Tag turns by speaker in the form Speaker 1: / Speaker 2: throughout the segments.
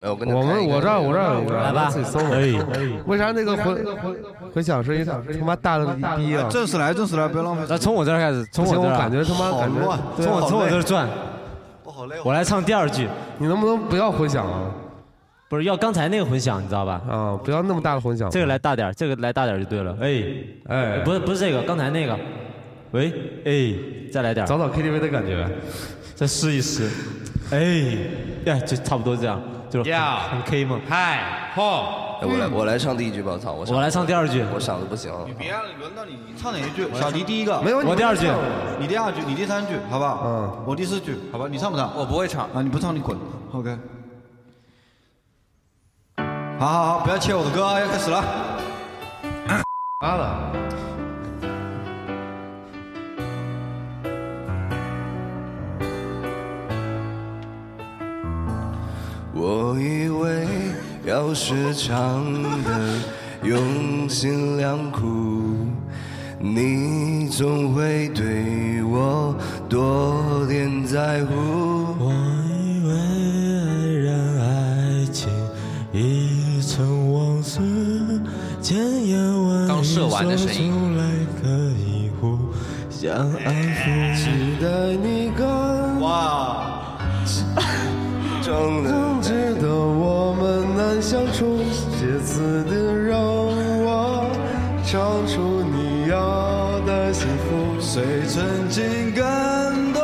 Speaker 1: 哎，我跟
Speaker 2: 我们我这儿我这儿有个，
Speaker 3: 来吧
Speaker 2: 自己搜吧
Speaker 3: 可以
Speaker 2: 哎为啥那个回回回响声音他妈大了一逼啊？
Speaker 4: 正式来，正式来，不要浪费。
Speaker 3: 那从我这儿开始，从我
Speaker 2: 不
Speaker 3: 这儿
Speaker 2: 行我
Speaker 3: 啊，
Speaker 2: 感觉他妈感觉对
Speaker 3: 从
Speaker 2: 啊
Speaker 3: 我从我这儿转，
Speaker 1: 我好累
Speaker 3: 我来唱第二句。
Speaker 2: 你能不能不要混响啊？
Speaker 3: 不是要刚才那个混响，你知道吧？
Speaker 2: 啊，不要那么大的混响。
Speaker 3: 这个来大点儿，这个来大点儿就对了。哎
Speaker 2: 哎
Speaker 3: 不是不是这个，刚才那个。喂，哎，再来点儿，
Speaker 2: 早早 KTV 的感觉。
Speaker 3: 再试一试。哎，呀，就差不多这样，就是很很 K 嘛。
Speaker 1: 嗨，吼！哎我来我来唱第一句吧，我操！我
Speaker 3: 我来唱第二句，
Speaker 1: 我嗓子不行了。
Speaker 4: 别啊，轮到你，你唱哪一句？小迪第一个，
Speaker 2: 没有，你
Speaker 3: 我第二句，
Speaker 4: 你第二句，你第三句，好不好？
Speaker 2: 嗯，
Speaker 4: 我第四句，好吧？你唱不唱？
Speaker 5: 我不会唱，
Speaker 4: 啊，你不唱你滚，OK。好好好，不要切我的歌，啊要开始了。
Speaker 2: 妈了，
Speaker 1: 我以为要时常的用心良苦，你总会对我多点在乎。
Speaker 3: 我以为爱让爱情已成往事，千言万语
Speaker 5: 刚射完的声
Speaker 3: 说
Speaker 5: 音
Speaker 3: 出来可以互相安抚。
Speaker 1: 期待你刚
Speaker 4: 哇，
Speaker 1: 正的
Speaker 2: 值得我们难相处，这次的让我唱出你要的幸福。
Speaker 4: 谁曾经感动？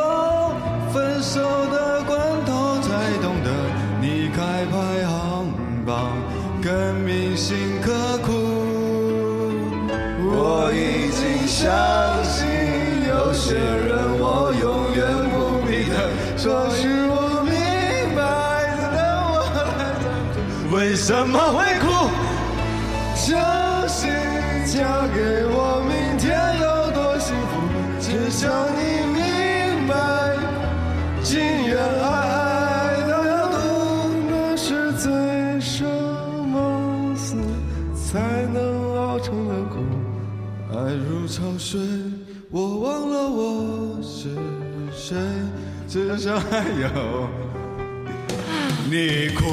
Speaker 4: 分手的关头才懂得，你开排行榜更铭心刻苦。我已经相信，有些人我永远不必等，这是我明白的，等我来等。为什么会哭？相信嫁给我，明天有多幸福？只想你明白，情愿爱爱的路，那是醉生梦死才能熬成的苦。爱如潮水，我忘了我是谁，只想还有你哭。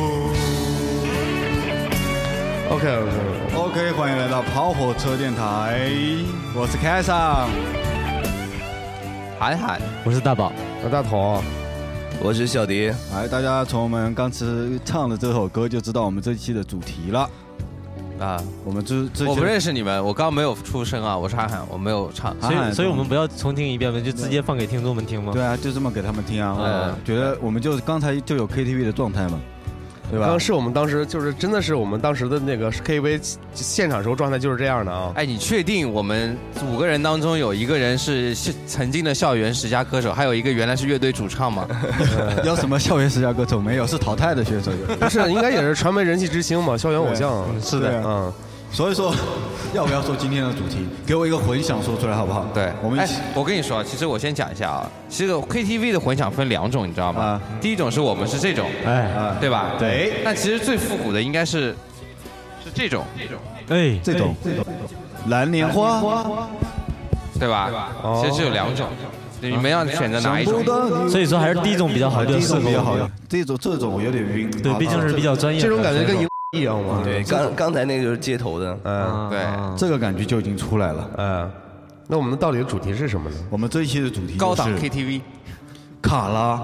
Speaker 2: OK OK，
Speaker 4: OK，欢迎来到跑火车电台，我是凯撒。
Speaker 5: 韩寒，
Speaker 3: 我是大宝，
Speaker 2: 那大头，啊
Speaker 1: 我是小迪，
Speaker 4: 哎，大家从我们刚才唱的这首歌就知道我们这期的主题了。
Speaker 5: 啊，
Speaker 4: 我们这这
Speaker 5: 我不认识你们，我刚没有出声啊，我是韩寒，我没有唱。
Speaker 3: 所
Speaker 4: 韩寒
Speaker 3: 以所以我们不要重听一遍吗？就直接放给听众们听吗？
Speaker 4: 啊对啊，就这么给他们听啊。
Speaker 5: 嗯
Speaker 4: 我觉得我们就刚才就有 KTV 的状态嘛，对吧
Speaker 2: 当？时我们当时就是真的是我们当时的那个 KTV 现场时候状态就是这样的啊。
Speaker 5: 哎，你确定我们五个人当中有一个人是校曾经的校园十佳歌手，还有一个原来是乐队主 唱吗？
Speaker 4: 有什么校园十佳歌手没有？是淘汰的选手。
Speaker 2: 不是，应该也是传媒人气之星嘛， 校园偶像。
Speaker 4: 是的对
Speaker 2: 嗯，
Speaker 4: 所以说， 要不要说今天的主题？给我一个混响说出来好不好？
Speaker 5: 对，
Speaker 4: 我们一
Speaker 5: 哎
Speaker 4: 起。，
Speaker 5: 我跟你说，其实我先讲一下啊，其实 KTV 的混响分两种，你知道吗
Speaker 4: 啊？
Speaker 5: 第一种是我们是这种，
Speaker 3: 哎
Speaker 4: 啊，
Speaker 5: 对吧？
Speaker 4: 对。
Speaker 5: 但其实最复古的应该是是这种，
Speaker 3: 哎，
Speaker 4: 这种蓝莲花，
Speaker 5: 对吧？其实只有两种，
Speaker 4: 哦
Speaker 5: 你们要选择哪一种
Speaker 4: 想不？到你
Speaker 3: 哎所以说还是第一种比较好，
Speaker 4: 第
Speaker 3: 就
Speaker 4: 一
Speaker 3: 适合
Speaker 4: 种比较好
Speaker 3: 我们。
Speaker 4: 这种这种我有点晕。
Speaker 3: 对，毕竟是比较专业的
Speaker 2: 这
Speaker 3: 选
Speaker 2: 种
Speaker 3: 手。
Speaker 2: 感觉跟一一样嘛。
Speaker 1: 对，刚刚才那个就是街头的，
Speaker 2: 嗯
Speaker 3: 啊
Speaker 5: 对
Speaker 4: 这个感觉就已经出来了。
Speaker 2: 嗯，那我们到底的主题是什么呢？
Speaker 4: 我们这一期的主题
Speaker 5: 高档
Speaker 4: 就是
Speaker 5: KTV，
Speaker 4: 卡拉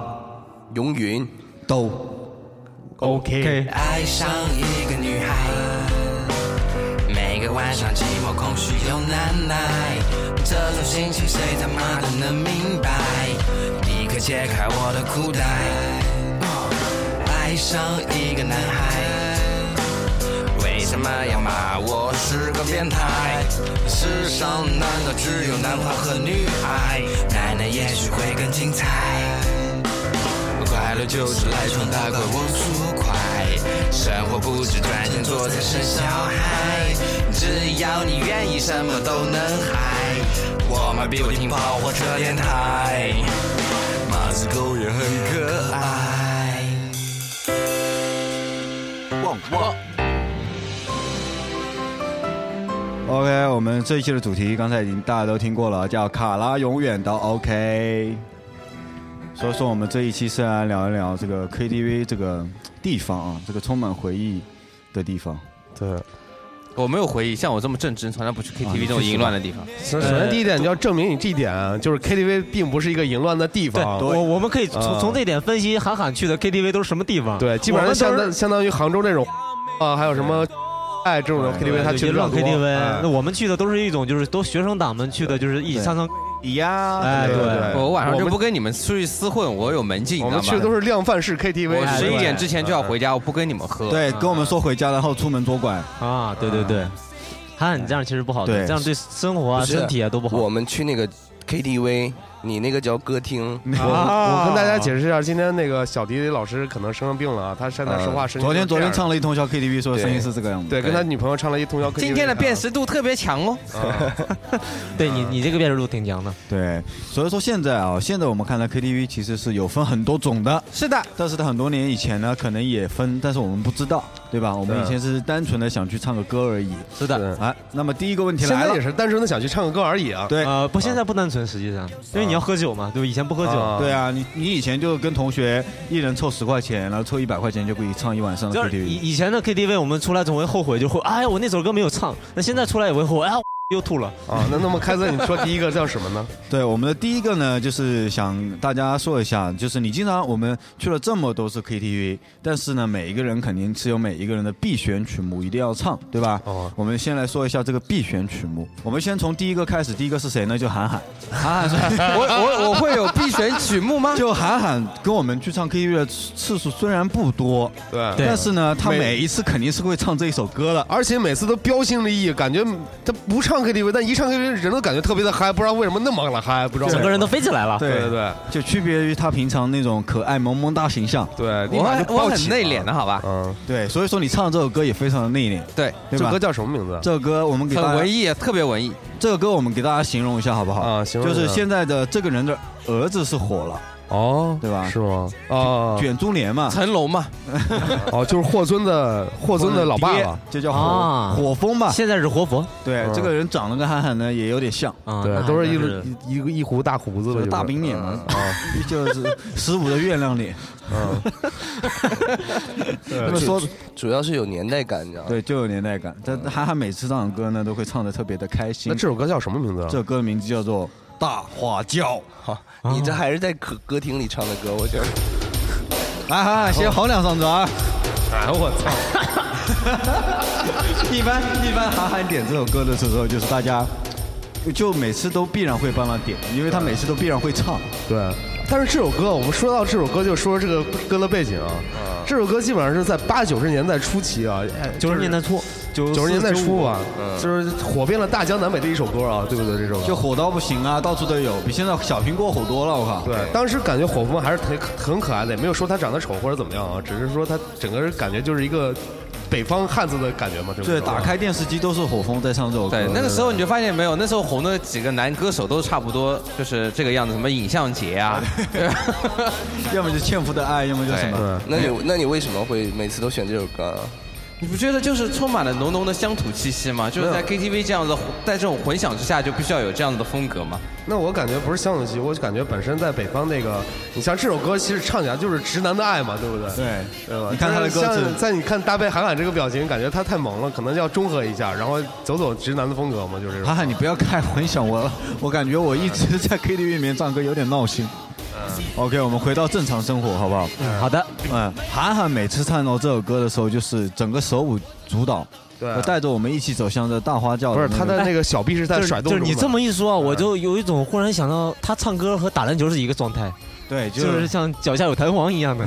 Speaker 1: 永云。
Speaker 4: 都
Speaker 3: OK，
Speaker 6: 爱上一个女孩，每个晚上寂寞、空虚又难耐，这种心情谁他妈的能明白？立刻解开我的裤带，爱上一个男孩，为什么要骂我是个变态？世上难道只有男孩和女孩？奶奶也许会更精彩。快乐就是来闯大怪，我速快。生活不止赚钱、做菜、生小孩，只要你愿意，什么都能嗨。我们必不停跑火车电台，马子狗也很可爱。
Speaker 4: 旺旺。OK，我们这一期的主题刚才已经大家都听过了，叫卡拉永远都 OK。
Speaker 7: 所以说我们这一期是来聊一聊这个 KTV 这个地方啊，这个充满回忆的地方。
Speaker 2: 对，
Speaker 5: 我没有回忆，像我这么正直，从来不去
Speaker 4: 啊
Speaker 5: KTV 这种淫乱的地方。
Speaker 2: 首首先第一点，你要证明你这一点啊，就是 KTV 并不是一个淫乱的地
Speaker 3: 对，
Speaker 2: 方。
Speaker 3: 我我们可以从
Speaker 2: 啊
Speaker 3: 从这点分析韩寒去的 KTV 都是什么地方。
Speaker 2: 对，基本
Speaker 3: 我
Speaker 2: 上
Speaker 3: 们都是
Speaker 2: 相当相当于杭州那种，啊，还有什么，哎，这种 KTV 他去
Speaker 3: 去
Speaker 2: 的
Speaker 3: 乱 KTV，那
Speaker 2: 那
Speaker 3: 我们去的都是一种就是都学生党们去的，就是一起唱唱。
Speaker 7: 呀
Speaker 3: 哎对
Speaker 2: 对
Speaker 5: 我晚上
Speaker 2: 我
Speaker 5: 就
Speaker 2: 们
Speaker 5: 不跟你们出去厮混，我有门禁，
Speaker 2: 我们
Speaker 5: 你知
Speaker 2: 去的
Speaker 5: 道吗
Speaker 2: 都是量贩式 KTV，
Speaker 5: 我
Speaker 2: 哎
Speaker 5: 十一
Speaker 2: 对
Speaker 5: 点之前就要回家，我不跟你们喝。
Speaker 7: 对，跟我们说回家，然后出门左拐。
Speaker 3: 啊，对对对，韩，你这样其实不好的，
Speaker 7: 对
Speaker 3: 这样对生活啊、
Speaker 1: 不是
Speaker 3: 身体啊都不好。
Speaker 1: 我们去那个 KTV，你那个叫歌厅，
Speaker 2: 啊我我跟大家解释一下，今天那个小迪老师可能生了病了啊，他现在说话声音
Speaker 7: 昨天
Speaker 2: 就
Speaker 7: 呃昨
Speaker 2: 是这样
Speaker 7: 天唱了一通宵 KTV，说声音是这个样子。
Speaker 2: 对，跟他女朋友唱了一通宵 KTV。
Speaker 5: 今天的辨识度特别强哦。
Speaker 2: 嗯
Speaker 3: 对你你这个辨识度挺强的，
Speaker 7: 对，所以说现在啊，现在我们看到 KTV 其实是有分很多种的，
Speaker 5: 是的，
Speaker 7: 但是它很多年以前呢，可能也分，但是我们不知道，对吧？我们以前是单纯的想去唱个歌而已。
Speaker 3: 是的。
Speaker 2: 对
Speaker 7: 哎，那么第一个问题
Speaker 2: 现
Speaker 7: 来
Speaker 2: 在
Speaker 7: 了
Speaker 2: 也，是单纯的想去唱个歌而已啊。
Speaker 7: 对
Speaker 3: 呃，不，现在不单纯，实际上，因为你要喝酒嘛，对吧？以前不喝酒，
Speaker 2: 啊
Speaker 7: 对啊，你你以前就跟同学一人凑十块钱，然后凑一百块钱就可以唱一晚上的
Speaker 3: 就是以
Speaker 7: KTV。
Speaker 3: 以前的 KTV，我们出来总会后悔，就会哎呀，我那首歌没有唱。那现在出来也会后悔，哎呀，又吐了。
Speaker 2: 啊，那那么开森，你说第一个叫什么呢？
Speaker 7: 对，我们的第一个呢，就是想大家说一下，就是你经常我们去了这么多次 KTV，但是呢，每一个人肯定是有每一个人的必选曲目，一定要唱，对吧？
Speaker 2: 哦
Speaker 7: 我们先来说一下这个必选曲目。我们先从第一个开始，第一个是谁呢？就韩寒。韩寒是，
Speaker 5: 啊 我我我会有必选曲目吗？
Speaker 7: 就韩寒跟我们去唱 KTV 的次数虽然不多，
Speaker 2: 对
Speaker 3: 对
Speaker 7: 但是呢，他
Speaker 2: 每啊
Speaker 7: 每一次肯定是会唱这一首歌的。
Speaker 2: 而且每次都标新立异，感觉他不唱 KTV，但一唱 KTV 人都感觉特别的嗨，不知道为什么那么的嗨，不知道为什
Speaker 3: 整
Speaker 2: 么
Speaker 3: 个人都飞起来了。
Speaker 7: 对
Speaker 2: 对对对
Speaker 7: 就区别于他平常那种可爱萌萌哒形象。
Speaker 2: 对，立
Speaker 5: 我
Speaker 2: 马
Speaker 5: 很
Speaker 2: 就
Speaker 5: 我
Speaker 2: 爆
Speaker 5: 很
Speaker 2: 起
Speaker 5: 内
Speaker 2: 了
Speaker 5: 敛的，啊好吧？
Speaker 2: 嗯，
Speaker 7: 对，所以说你唱这首歌也非常的内敛，
Speaker 5: 对，
Speaker 7: 对
Speaker 2: 这
Speaker 7: 吧
Speaker 2: 歌？叫什么名字？
Speaker 7: 这首歌我们给
Speaker 5: 很
Speaker 7: 大家
Speaker 5: 文，艺，特别文艺。
Speaker 7: 这首歌我们给大家形容一下好不好？
Speaker 2: 啊形容
Speaker 7: 就
Speaker 2: 一下
Speaker 7: 是现在的这个人的儿子是火了，
Speaker 2: 哦，
Speaker 7: 对吧
Speaker 2: 是吗？哦
Speaker 7: 卷珠帘嘛，
Speaker 5: 成龙嘛，
Speaker 2: 哦，就是霍尊的霍尊的老爸
Speaker 7: 爹
Speaker 2: 爸，
Speaker 7: 就叫
Speaker 3: 啊
Speaker 7: 火火风吧。
Speaker 3: 现在是活佛
Speaker 7: 对
Speaker 2: 嗯，
Speaker 7: 这个人长得跟韩寒呢也有点像，
Speaker 3: 啊，
Speaker 2: 对
Speaker 3: 那，
Speaker 2: 都是
Speaker 3: 还
Speaker 2: 一一一个一胡大胡子
Speaker 7: 就
Speaker 2: 了，
Speaker 7: 是
Speaker 2: 就
Speaker 7: 大
Speaker 2: 是
Speaker 7: 饼脸嘛
Speaker 2: 嗯啊，
Speaker 7: 就是十五的月亮脸。
Speaker 2: 嗯，
Speaker 7: 那么说
Speaker 1: 主要是有年代感，你知道吗？
Speaker 7: 对，就有年代感。但韩寒每次唱的歌呢，都会唱的特别的开心
Speaker 2: 嗯那。这首歌叫什么名字啊？
Speaker 7: 这歌的名字叫做《大花轿》。
Speaker 1: 好，
Speaker 8: 哦
Speaker 1: 你这还是在歌歌厅里唱的歌，我觉得。
Speaker 7: 来，韩寒先吼两嗓子啊！
Speaker 2: 哎我操！
Speaker 7: 一般一般韩寒点这首歌的时候，就是大家就每次都必然会帮他点，因为他每次都必然会唱。
Speaker 2: 对，但是这首歌，我们说到这首歌，就说这个歌的背景啊。这首歌基本上是在八九十年代初期啊，
Speaker 3: 九十年代初，
Speaker 7: 九
Speaker 2: 九十年代初
Speaker 7: 啊，
Speaker 2: 吧，就是火遍了大江南北的一首歌啊，对不对？这首歌
Speaker 7: 就火到不行啊，到处都有，比现在小苹果火多了，我靠。
Speaker 2: 对，当时感觉火风还是挺很可爱的，也没有说他长得丑或者怎么样啊，只是说他整个人感觉就是一个北方汉子的感觉嘛，啊对不
Speaker 7: 对，
Speaker 2: 对？
Speaker 7: 打开电视机都是火风在唱这首歌。
Speaker 5: 对，那个时候你就发现没有，那时候红的几个男歌手都差不多就是这个样子，什么尹相杰啊，对吧
Speaker 7: 要么就《纤夫的哎爱》，要么就什么。
Speaker 1: 那
Speaker 2: 哦
Speaker 1: 你那你为什么会每次都选这首歌啊？
Speaker 5: 你不觉得就是充满了浓浓的乡土气息吗？就是在 KTV 这样的，在这种混响之下，就必须要有这样子的风格嘛。
Speaker 2: 那我感觉不是乡土戏，我感觉本身在北方那个，你像这首歌其实唱起来就是直男的爱嘛，对不对？
Speaker 7: 对，
Speaker 2: 对吧？
Speaker 7: 你看他的歌
Speaker 2: 就是
Speaker 7: 词
Speaker 2: 像，在你看搭配韩寒这个表情，感觉他太萌了，可能要中和一下，然后走走直男的风格嘛，就是这种。
Speaker 7: 韩寒，你不要开混响，我我感觉我一直在 KTV 里面唱歌有点闹心。OK，我们
Speaker 5: 嗯
Speaker 7: 回到正常生活，好不好？
Speaker 3: 好的，
Speaker 7: 嗯，韩寒每次唱到这首歌的时候，就是整个手舞足蹈，
Speaker 2: 对
Speaker 7: 带嗯着我们一起走向这大花轿。
Speaker 2: 不是他
Speaker 7: 的
Speaker 2: 的那个小臂是在
Speaker 3: 就是
Speaker 2: 甩动
Speaker 3: 就是你这
Speaker 2: 么
Speaker 3: 么一说啊，我就有一种忽然想到，他唱歌和打篮球是一个状态，
Speaker 7: 对，就
Speaker 3: 就是
Speaker 7: 是
Speaker 3: 像脚下有弹簧一样的。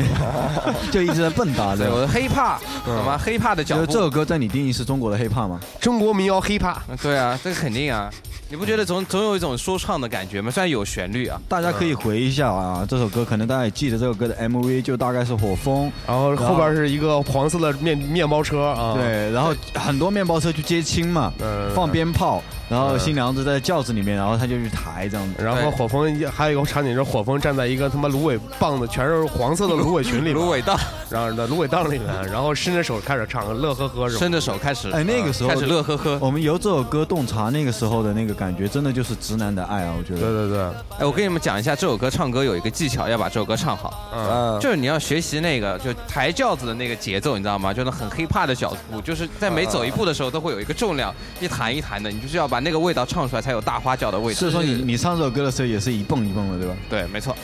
Speaker 7: 就一直在蹦跶
Speaker 5: 对，我
Speaker 7: 着。
Speaker 5: 的黑怕，什么黑怕的
Speaker 7: 觉
Speaker 5: 脚
Speaker 7: 得
Speaker 5: 步
Speaker 7: 这，首歌在你定啊嗯义是中国的 hiphop 吗？
Speaker 2: 中国民谣 hiphop，
Speaker 5: 对啊，这个肯定啊。你不觉得总总有一种说唱的感觉吗？虽然有旋律啊，
Speaker 7: 大家可以回忆一下啊，这首歌可能大家也记得，这首歌的 MV 就大概是火风，
Speaker 2: 然后后边是一个黄色的面面包车啊，
Speaker 7: 对，然后很多面包车去接亲嘛，
Speaker 2: 嗯
Speaker 7: 放鞭炮，然后新娘子在轿子里面，然后他就去抬这样子。
Speaker 2: 然后火风还有一个场景是火风站在一个他妈芦苇棒子全是黄色的芦苇群里面，
Speaker 5: 芦苇荡，
Speaker 2: 然后呢芦苇荡 里面，然后伸着手开始唱乐呵呵什么
Speaker 5: 伸着手开始，
Speaker 7: 哎，那个时候
Speaker 5: 开始乐呵呵。
Speaker 7: 我们由这首歌洞察那个时候的那个感觉，真的就是直男的爱啊！我觉
Speaker 2: 对
Speaker 7: 得
Speaker 2: 对对，
Speaker 5: 哎，我跟你们讲一下，这首歌唱歌有一个技巧，要把这首歌唱好，
Speaker 2: 嗯，
Speaker 8: 啊，
Speaker 5: 就是你要学习那个就抬轿子的那个节奏，你知道吗？就是很 hiphop 的小步，就是在每走一步的时候都会有一个重量，一弹一弹的，你就是要把那个味道唱出来，才有大花轿的味道。
Speaker 7: 所以说你你唱这首歌的时候也是一蹦一蹦的，对吧？
Speaker 5: 对，没错。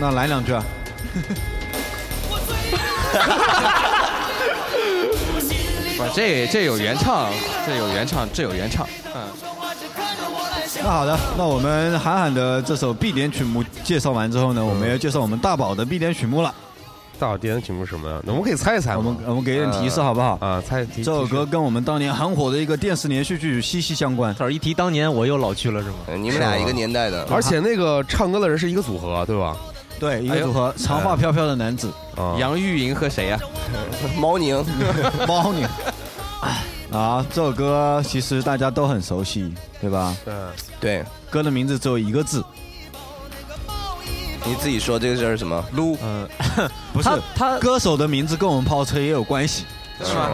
Speaker 7: 那来两句啊，
Speaker 5: 哇，这这有原唱，这有原唱，这有原唱。嗯，
Speaker 7: 那好的，那我们韩寒的这首必点曲目介绍完之后呢，我们要介绍我们大宝的必点曲目了。
Speaker 2: 大好电影曲目是什么呀？那我们可以猜一猜
Speaker 7: 我
Speaker 2: 吗
Speaker 7: 们？我们给点呃提示好不好？
Speaker 2: 啊，猜提
Speaker 7: 这首歌跟我们当年很火的一个电视连续剧息息相关。
Speaker 3: 老师一提当年我又老去了是吗？
Speaker 8: 啊你们俩一个年代的，
Speaker 2: 啊
Speaker 8: 啊
Speaker 2: 而且那个唱歌的人是一个组合，对吧？
Speaker 7: 对，一个组合，长发飘飘的男子，
Speaker 2: 啊，
Speaker 5: 杨钰莹和谁呀、
Speaker 8: 毛宁，
Speaker 7: 哎 猫女。啊，这首歌其实大家都很熟悉，对吧？
Speaker 2: 嗯，
Speaker 8: 对
Speaker 7: 歌的名字只有一个字，
Speaker 8: 你自己说这个事儿是什么？
Speaker 5: 撸
Speaker 3: 嗯，
Speaker 7: 呃不是
Speaker 3: 他他
Speaker 7: 歌手的名字跟我们跑车也有关系。
Speaker 8: 啊
Speaker 5: 是吗？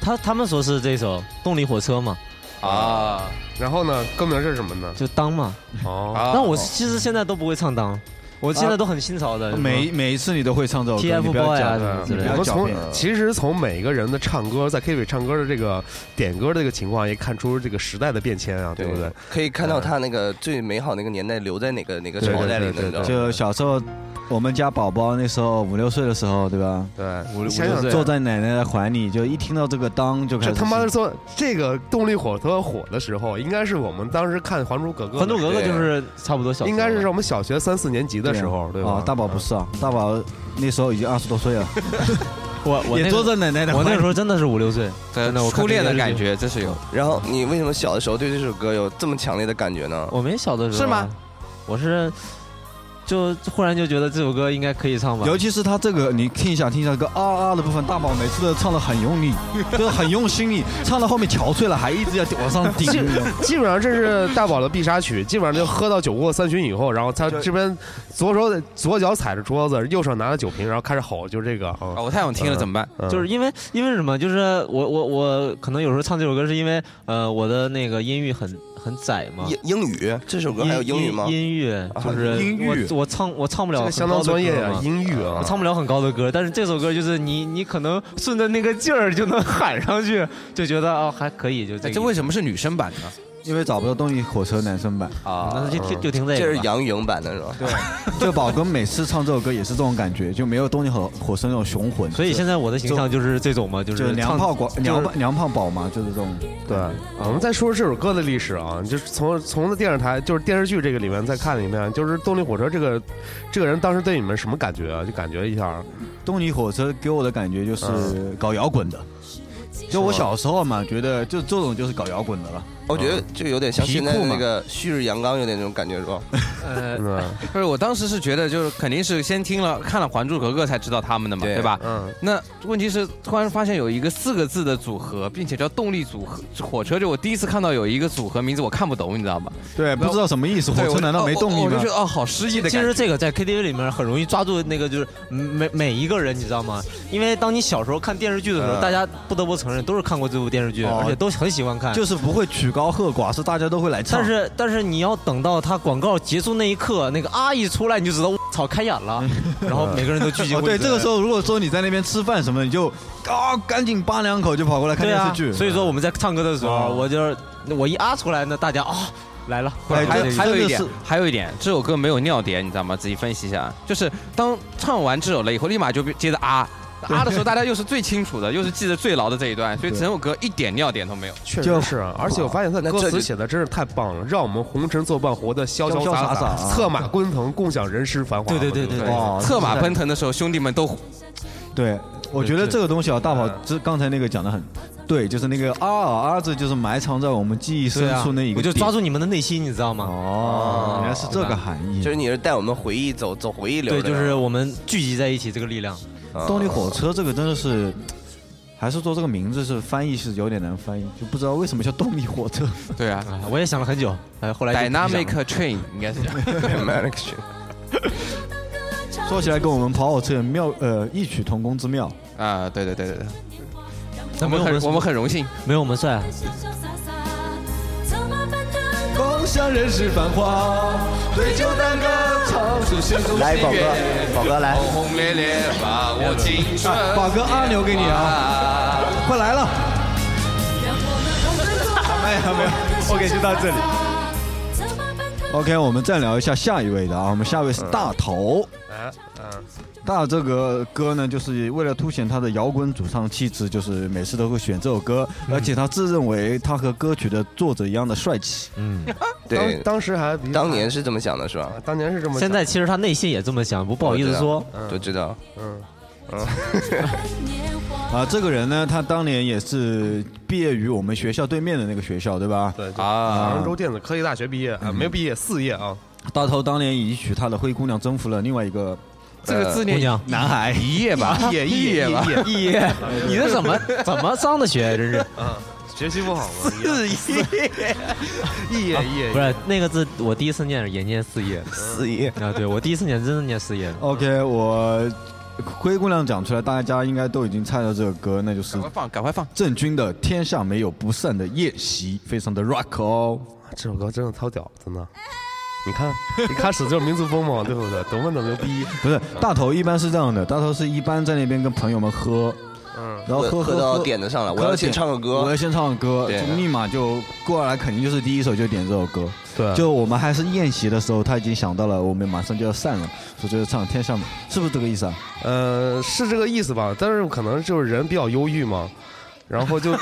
Speaker 3: 他他们说是这首《动力火车》嘛，
Speaker 5: 啊
Speaker 2: 然后呢，歌名是什么 呢？
Speaker 3: 就当嘛。
Speaker 2: 哦，
Speaker 5: 啊！
Speaker 3: 但我其实现在都不会唱当，我现在都很新潮的。
Speaker 7: 每每一次你都会唱这首歌，你不
Speaker 3: TFBOY
Speaker 7: 要
Speaker 3: 啊
Speaker 7: 讲
Speaker 3: 什么之
Speaker 7: 你不
Speaker 3: 类的。
Speaker 2: 我
Speaker 7: 要
Speaker 2: 们
Speaker 7: 狡
Speaker 2: 从
Speaker 7: 辩。
Speaker 2: 其实从每一个人的唱歌，在 KTV 唱歌的这个点歌的这个情况，也看出这个时代的变迁啊，对不对？？
Speaker 8: 可以看到他那个最美好那个年代留在哪个哪个朝代里
Speaker 2: 对对对
Speaker 8: 呢？
Speaker 7: 就小时候，我们家宝宝那时候五六岁的时候，对吧？
Speaker 2: 对，
Speaker 3: 五六
Speaker 2: 想想
Speaker 3: 岁
Speaker 7: 坐在奶奶的怀里，就一听到这个当就开
Speaker 2: 这
Speaker 7: 始。
Speaker 2: 他妈的说这个动力火车火的时候，应该是我们当时看《还珠格格》，
Speaker 3: 还珠格格》就是差不多小时候吧，
Speaker 2: 应该是我们小学三四年级的时候，对吧？
Speaker 7: 哦，大宝不是
Speaker 3: 嗯
Speaker 7: 啊，大宝那时候已经二十多岁了，
Speaker 3: 我我
Speaker 7: 也
Speaker 3: 那
Speaker 7: 坐
Speaker 3: 个
Speaker 7: 在奶奶的
Speaker 3: 我
Speaker 7: 怀
Speaker 3: 那
Speaker 7: 里
Speaker 3: 时。候真的是五六岁，
Speaker 5: 对
Speaker 3: 真的我看
Speaker 5: 初恋
Speaker 3: 这
Speaker 5: 的
Speaker 3: 个
Speaker 5: 感
Speaker 3: 日剧
Speaker 5: 觉，这是有。
Speaker 8: 然后你为什么小的时候对这首歌有这么强烈的感觉呢？
Speaker 3: 我没小的时候啊
Speaker 5: 是吗？
Speaker 3: 我是就忽然就觉得这首歌应该可以唱吧。
Speaker 7: 尤其是他这个，你听一下，听一下这个啊啊的部分，大宝每次都唱的很用 力，都很用心力，唱到后面憔悴了，还一直要往上顶。
Speaker 2: 基本上这是大宝的必杀曲，基本上就喝到酒过三巡以后，然后他
Speaker 8: 对
Speaker 2: 这边左手左脚踩着桌子，右手拿着酒瓶，然后开始吼，就是这个啊
Speaker 5: 啊，，我太想听了，怎么办？
Speaker 2: 嗯
Speaker 3: 就是因为因为什么？就是我我我可能有时候唱这首歌是因为呃我的那个音域很很窄嘛，
Speaker 8: 英英语这首歌还有英语吗？
Speaker 3: 音域就是
Speaker 7: 音域
Speaker 3: 我我唱我唱不了
Speaker 2: 这个
Speaker 3: 很
Speaker 2: 相当
Speaker 3: 高的
Speaker 2: 专业
Speaker 3: 歌
Speaker 2: 呀
Speaker 3: 嘛，
Speaker 2: 音域啊
Speaker 3: 我，唱不了很高的歌，但是这首歌就是你你可能顺着那个劲儿就能 喊上去，就觉得哦还可以，就这
Speaker 5: 哎
Speaker 3: 个
Speaker 5: 这为什么是女生版呢？
Speaker 7: 因为找不到动力火车男生版，
Speaker 3: 那
Speaker 8: 啊，
Speaker 3: 就听就听这
Speaker 8: 这
Speaker 3: 个吧。
Speaker 8: 是杨钰莹版的是吧？
Speaker 7: 这宝哥每次唱这首歌也是这种感觉，就没有动力火火车那种雄浑。
Speaker 3: 所以现在我的形象就是这种嘛，就
Speaker 7: 就是是娘
Speaker 3: 唱
Speaker 7: 炮广
Speaker 3: 就
Speaker 7: 娘
Speaker 3: 是
Speaker 7: 炮娘炮宝嘛，就是这种。
Speaker 2: 对，我们再说说这首歌的历史啊，就是从从电视台就是电视剧这个里面再看里面，就是动力火车这个这个人当时对你们什么感觉啊？就感觉一下，
Speaker 7: 动力火车给我的感觉就是搞摇滚的，就我小时候嘛，觉得就这种就是搞摇滚的了。
Speaker 8: 我觉得这有点像
Speaker 7: 皮
Speaker 8: 现在的
Speaker 7: 裤嘛
Speaker 8: 那个旭日阳刚，有点那种感觉是吧？
Speaker 3: 呃
Speaker 2: 嗯
Speaker 5: 不是，我当时是觉得就是肯定是先听了看了《还珠格格》才知道他们的嘛，
Speaker 8: 对
Speaker 5: 对吧？
Speaker 2: 嗯，
Speaker 5: 那问题是，突然发现有一个四个字的组合，并且叫动力组合火车，就我第一次看到有一个组合名字我看不懂，你知道吗？
Speaker 7: 对，不知道什么意思，火
Speaker 5: 对我
Speaker 7: 车难道没动力
Speaker 5: 我就
Speaker 7: 吗
Speaker 5: 觉？得哦，好诗意的
Speaker 3: 其
Speaker 5: 感
Speaker 3: 实
Speaker 5: 觉。
Speaker 3: 这个在 KTV 里面很容易抓住那个，就是每每一个人，你知道吗？因为当你小时候看电视剧的时候，
Speaker 8: 嗯
Speaker 3: 大家不得不承认都是看过这部电视剧，
Speaker 7: 哦
Speaker 3: 而且都很喜欢看。
Speaker 7: 就是不会曲高和寡，是大家都会来唱。
Speaker 3: 但是但是你要等到他广告结束那一刻，那个啊一出来，你就知道我操开演 了，然后每个人都聚集
Speaker 7: 哦，
Speaker 3: 会
Speaker 7: 对，
Speaker 3: 资
Speaker 7: 这个时候如果说你在那边吃饭什么的，你就啊赶紧扒两口就跑过来看
Speaker 3: 对
Speaker 7: 电
Speaker 3: 啊
Speaker 7: 视剧。
Speaker 3: 所以说我们在唱歌的时候，
Speaker 7: 哦
Speaker 3: 我就是我一啊出来，那大家啊来了，过来
Speaker 7: 哎
Speaker 5: 还
Speaker 3: 看
Speaker 5: 有
Speaker 7: 这
Speaker 3: 这个
Speaker 5: 还有一
Speaker 7: 真
Speaker 5: 点
Speaker 7: 的是，
Speaker 5: 还有一点，这首歌没有尿点，你知道吗？仔细分析一下，就是当唱完这首了以后，立马就接着啊啊的时候，大家又是最清楚的，又是记得最牢的这一段，所以整首歌一点尿点都没有。
Speaker 2: 确
Speaker 7: 就
Speaker 2: 实是啊，而且我发现他
Speaker 8: 那
Speaker 2: 歌
Speaker 8: 这就
Speaker 2: 词写的真是太棒了，让我们红尘作伴，活得潇潇
Speaker 7: 潇潇
Speaker 2: 洒
Speaker 7: 洒洒
Speaker 2: 洒，
Speaker 7: 啊
Speaker 2: 策马奔腾，共享人世繁华。
Speaker 3: 对对对
Speaker 2: 不
Speaker 3: 对
Speaker 7: 哇
Speaker 5: 策马奔腾的时候，兄弟们都
Speaker 7: 对，我觉得这个东西啊，大宝这刚才那个讲的很对，就是那个啊啊字，就是埋藏在我们记忆深
Speaker 3: 对啊
Speaker 7: 处那一，个
Speaker 3: 我
Speaker 7: 点。
Speaker 3: 就抓住你们的内心，你知道吗？
Speaker 7: 哦，原来是这
Speaker 5: 对
Speaker 7: 个
Speaker 5: 吧
Speaker 7: 含义
Speaker 8: 就。是你是带我们回忆走走回忆流
Speaker 3: 对，
Speaker 8: 的，
Speaker 3: 就是我们聚集在一起这个力量。
Speaker 8: 啊
Speaker 7: 动力火车这个真的是还是说这个名字是翻译是有点难翻译，就不知道为什么叫动力火车。
Speaker 5: 对啊
Speaker 3: 啊我也想了很久，呃，后来就不想了
Speaker 5: ，Dynamic Train 应该是这样。
Speaker 7: 说起来跟我们跑火车有妙呃异曲同工之妙。
Speaker 5: 啊，对对对对对，我
Speaker 3: 但没有
Speaker 5: 们很
Speaker 3: 我
Speaker 5: 我们
Speaker 3: 们
Speaker 5: 很荣幸，
Speaker 3: 没有我们帅啊，
Speaker 4: 共享人世繁华，对酒当歌，唱出心中
Speaker 9: 来，宝
Speaker 4: 喜
Speaker 9: 哥
Speaker 4: 悦。，
Speaker 9: 宝哥来
Speaker 5: 轰，轰烈烈把握青春。
Speaker 7: 宝哥按钮给你
Speaker 5: 啊！
Speaker 7: 快来了！
Speaker 9: 没有没有，OK，就到这里。
Speaker 7: OK，我们再聊一下下一位的啊，我们下一位是大头。大这个歌呢，就是为了凸显他的摇滚主唱气质，就是每次都会选这首歌，而且他自认为他和歌曲的作者一样的帅气。
Speaker 3: 嗯，
Speaker 2: 当
Speaker 1: 对，
Speaker 2: 当时还比
Speaker 1: 当年是这么想的，是吧
Speaker 2: 啊？当年是这么想，
Speaker 3: 现在其实他内心也这么想，不不好意思说，
Speaker 1: 都知道，
Speaker 2: 嗯，
Speaker 7: 啊，这个人呢，他当年也是毕业于我们学校对面的那个学校，对吧？
Speaker 2: 对就
Speaker 5: 啊，
Speaker 2: 杭州电子科技大学毕业啊，没有毕业四业啊，
Speaker 7: 大头当年以一曲他的《灰姑娘》征服了另外一个
Speaker 5: 这个字
Speaker 3: 姑
Speaker 5: 念
Speaker 3: 娘，
Speaker 7: 男孩。
Speaker 5: 一夜吧，一夜一夜吧，
Speaker 3: 一爷，你 这怎么怎么上的学，真是
Speaker 2: 学习不好嘛，一夜一夜
Speaker 3: 不是那个字，我第一次念也念四叶
Speaker 1: 四爷，
Speaker 3: 啊，对我第一次念真的念四叶，
Speaker 7: OK，我灰姑娘讲出来，大家应该都已经猜到这个歌，那就是
Speaker 5: 赶快放，赶快放。
Speaker 7: 郑钧的《天下没有不散的宴席》，非常的 rock 哦。
Speaker 2: 这首歌真的超屌，真的。你看，一开始就是民族风嘛，对 不对？多么的牛逼！
Speaker 7: 不是，大头一般是这样的，大头是一般在那边跟朋友们喝，
Speaker 2: 嗯，
Speaker 7: 然后
Speaker 1: 喝
Speaker 7: 喝
Speaker 1: 喝到点子上了，我
Speaker 7: 喝
Speaker 1: 要去
Speaker 7: 点
Speaker 1: 唱个
Speaker 7: 我
Speaker 1: 歌
Speaker 7: 要，先唱个歌，
Speaker 1: 对
Speaker 7: 就立马就过来，肯定就是第一首就点这首歌。
Speaker 2: 对
Speaker 7: 就我们还是宴席的时候，他已经想到了我们马上就要散了，所以就是唱《天上》，是不是这个意思啊？
Speaker 2: 呃，是这个意思吧？但是可能就是人比较忧郁嘛，然后就
Speaker 3: 你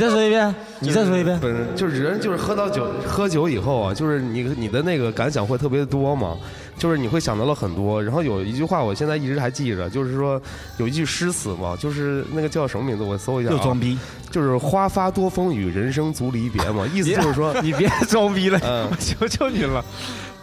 Speaker 3: 再说一遍， 你再说一遍，
Speaker 2: 不是，就是人就是喝到酒，喝酒以后啊，就是你你的那个感想会特别多嘛，就是你会想到了很多。然后有一句话，我现在一直还记着，就是说有一句诗词嘛，就是那个叫什么名字？我搜一下、
Speaker 7: 又
Speaker 2: 啊
Speaker 7: 装，逼。
Speaker 2: 就是“花发多风雨，人生足离别”嘛，意思就是说，
Speaker 3: 你别装逼了，
Speaker 2: 嗯，
Speaker 3: 求求你了，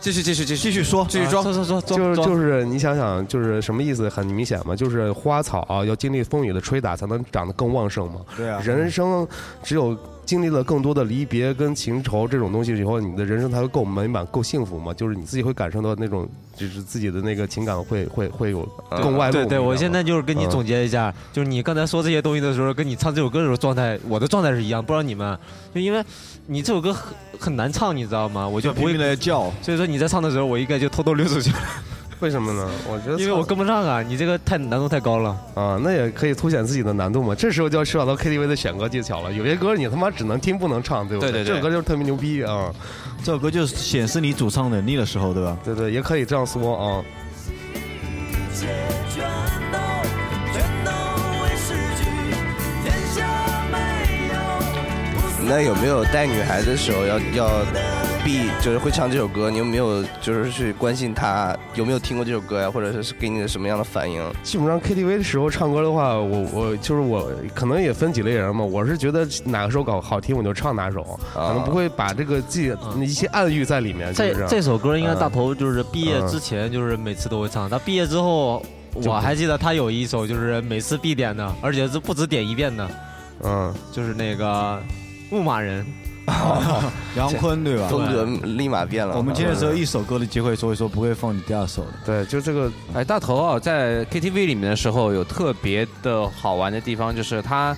Speaker 5: 继续，继续，继续，继
Speaker 7: 续说
Speaker 5: 继续装。
Speaker 3: 说啊说说装
Speaker 2: 就是
Speaker 3: 装
Speaker 2: 就是你想想，就是什么意思？很明显嘛，就是花草啊，要经历风雨的吹打，才能长得更旺盛嘛。
Speaker 7: 对啊
Speaker 2: 人生只有经历了更多的离别跟情仇这种东西以后，你的人生才会够美满、够幸福嘛。就是你自己会感受到那种，就是自己的那个情感会会会有更外露。
Speaker 3: 对对，我
Speaker 2: 你知道
Speaker 3: 现
Speaker 2: 吗嗯
Speaker 3: 在就是跟你总结一下，就是你刚才说这些东西的时候，跟你唱这首歌的时候状态，我的状态是一样，不知道你们，就因为你这首歌很很难唱，你知道吗？我就不
Speaker 7: 拼
Speaker 3: 会
Speaker 7: 命，的叫，
Speaker 3: 所以说你在唱的时候，我应该就偷偷溜出去，
Speaker 2: 为什么呢？我觉得
Speaker 3: 因为我跟不上啊，你这个太难度太高了。
Speaker 2: 啊，那也可以凸显自己的难度嘛。这时候就要涉及到 KTV 的选歌技巧了。有些歌你他妈只能听不能唱，对不
Speaker 5: 对对对
Speaker 2: 这首歌就是特别牛逼啊。
Speaker 7: 这首歌就是显示你主唱能力的时候，对吧？
Speaker 2: 对对，也可以这样说啊。
Speaker 1: 那有没有带女孩子的时候要要必就是会唱这首歌？你有没有就是去关心她有没有听过这首歌呀、或者是给你的什么样的反应？
Speaker 2: 基本上 KTV 的时候唱歌的话，我我就是我可能也分几类人嘛，我是觉得哪个首搞好听我就唱哪首，
Speaker 7: 啊
Speaker 2: 可能不会把这个自己一些暗喻嗯在里面，就
Speaker 3: 这
Speaker 2: 是这样。
Speaker 3: 这首歌应该
Speaker 2: 嗯
Speaker 3: 大头就是毕业
Speaker 2: 嗯
Speaker 3: 之前就是每次都会唱，他毕业之后。
Speaker 2: 就
Speaker 3: 我
Speaker 2: 不
Speaker 3: 还记得他有一首就是每次必点的，而且是不止点一遍的，
Speaker 2: 嗯，
Speaker 3: 就是那个《牧马人》。
Speaker 7: 杨坤，对吧？
Speaker 1: 风格立马变了。
Speaker 7: 我们今天只有一首歌的机会，所以说不会放你第二首的。
Speaker 2: 对，就这个
Speaker 5: 哎，大头啊，在 KTV 里面的时候有特别的好玩的地方，就是他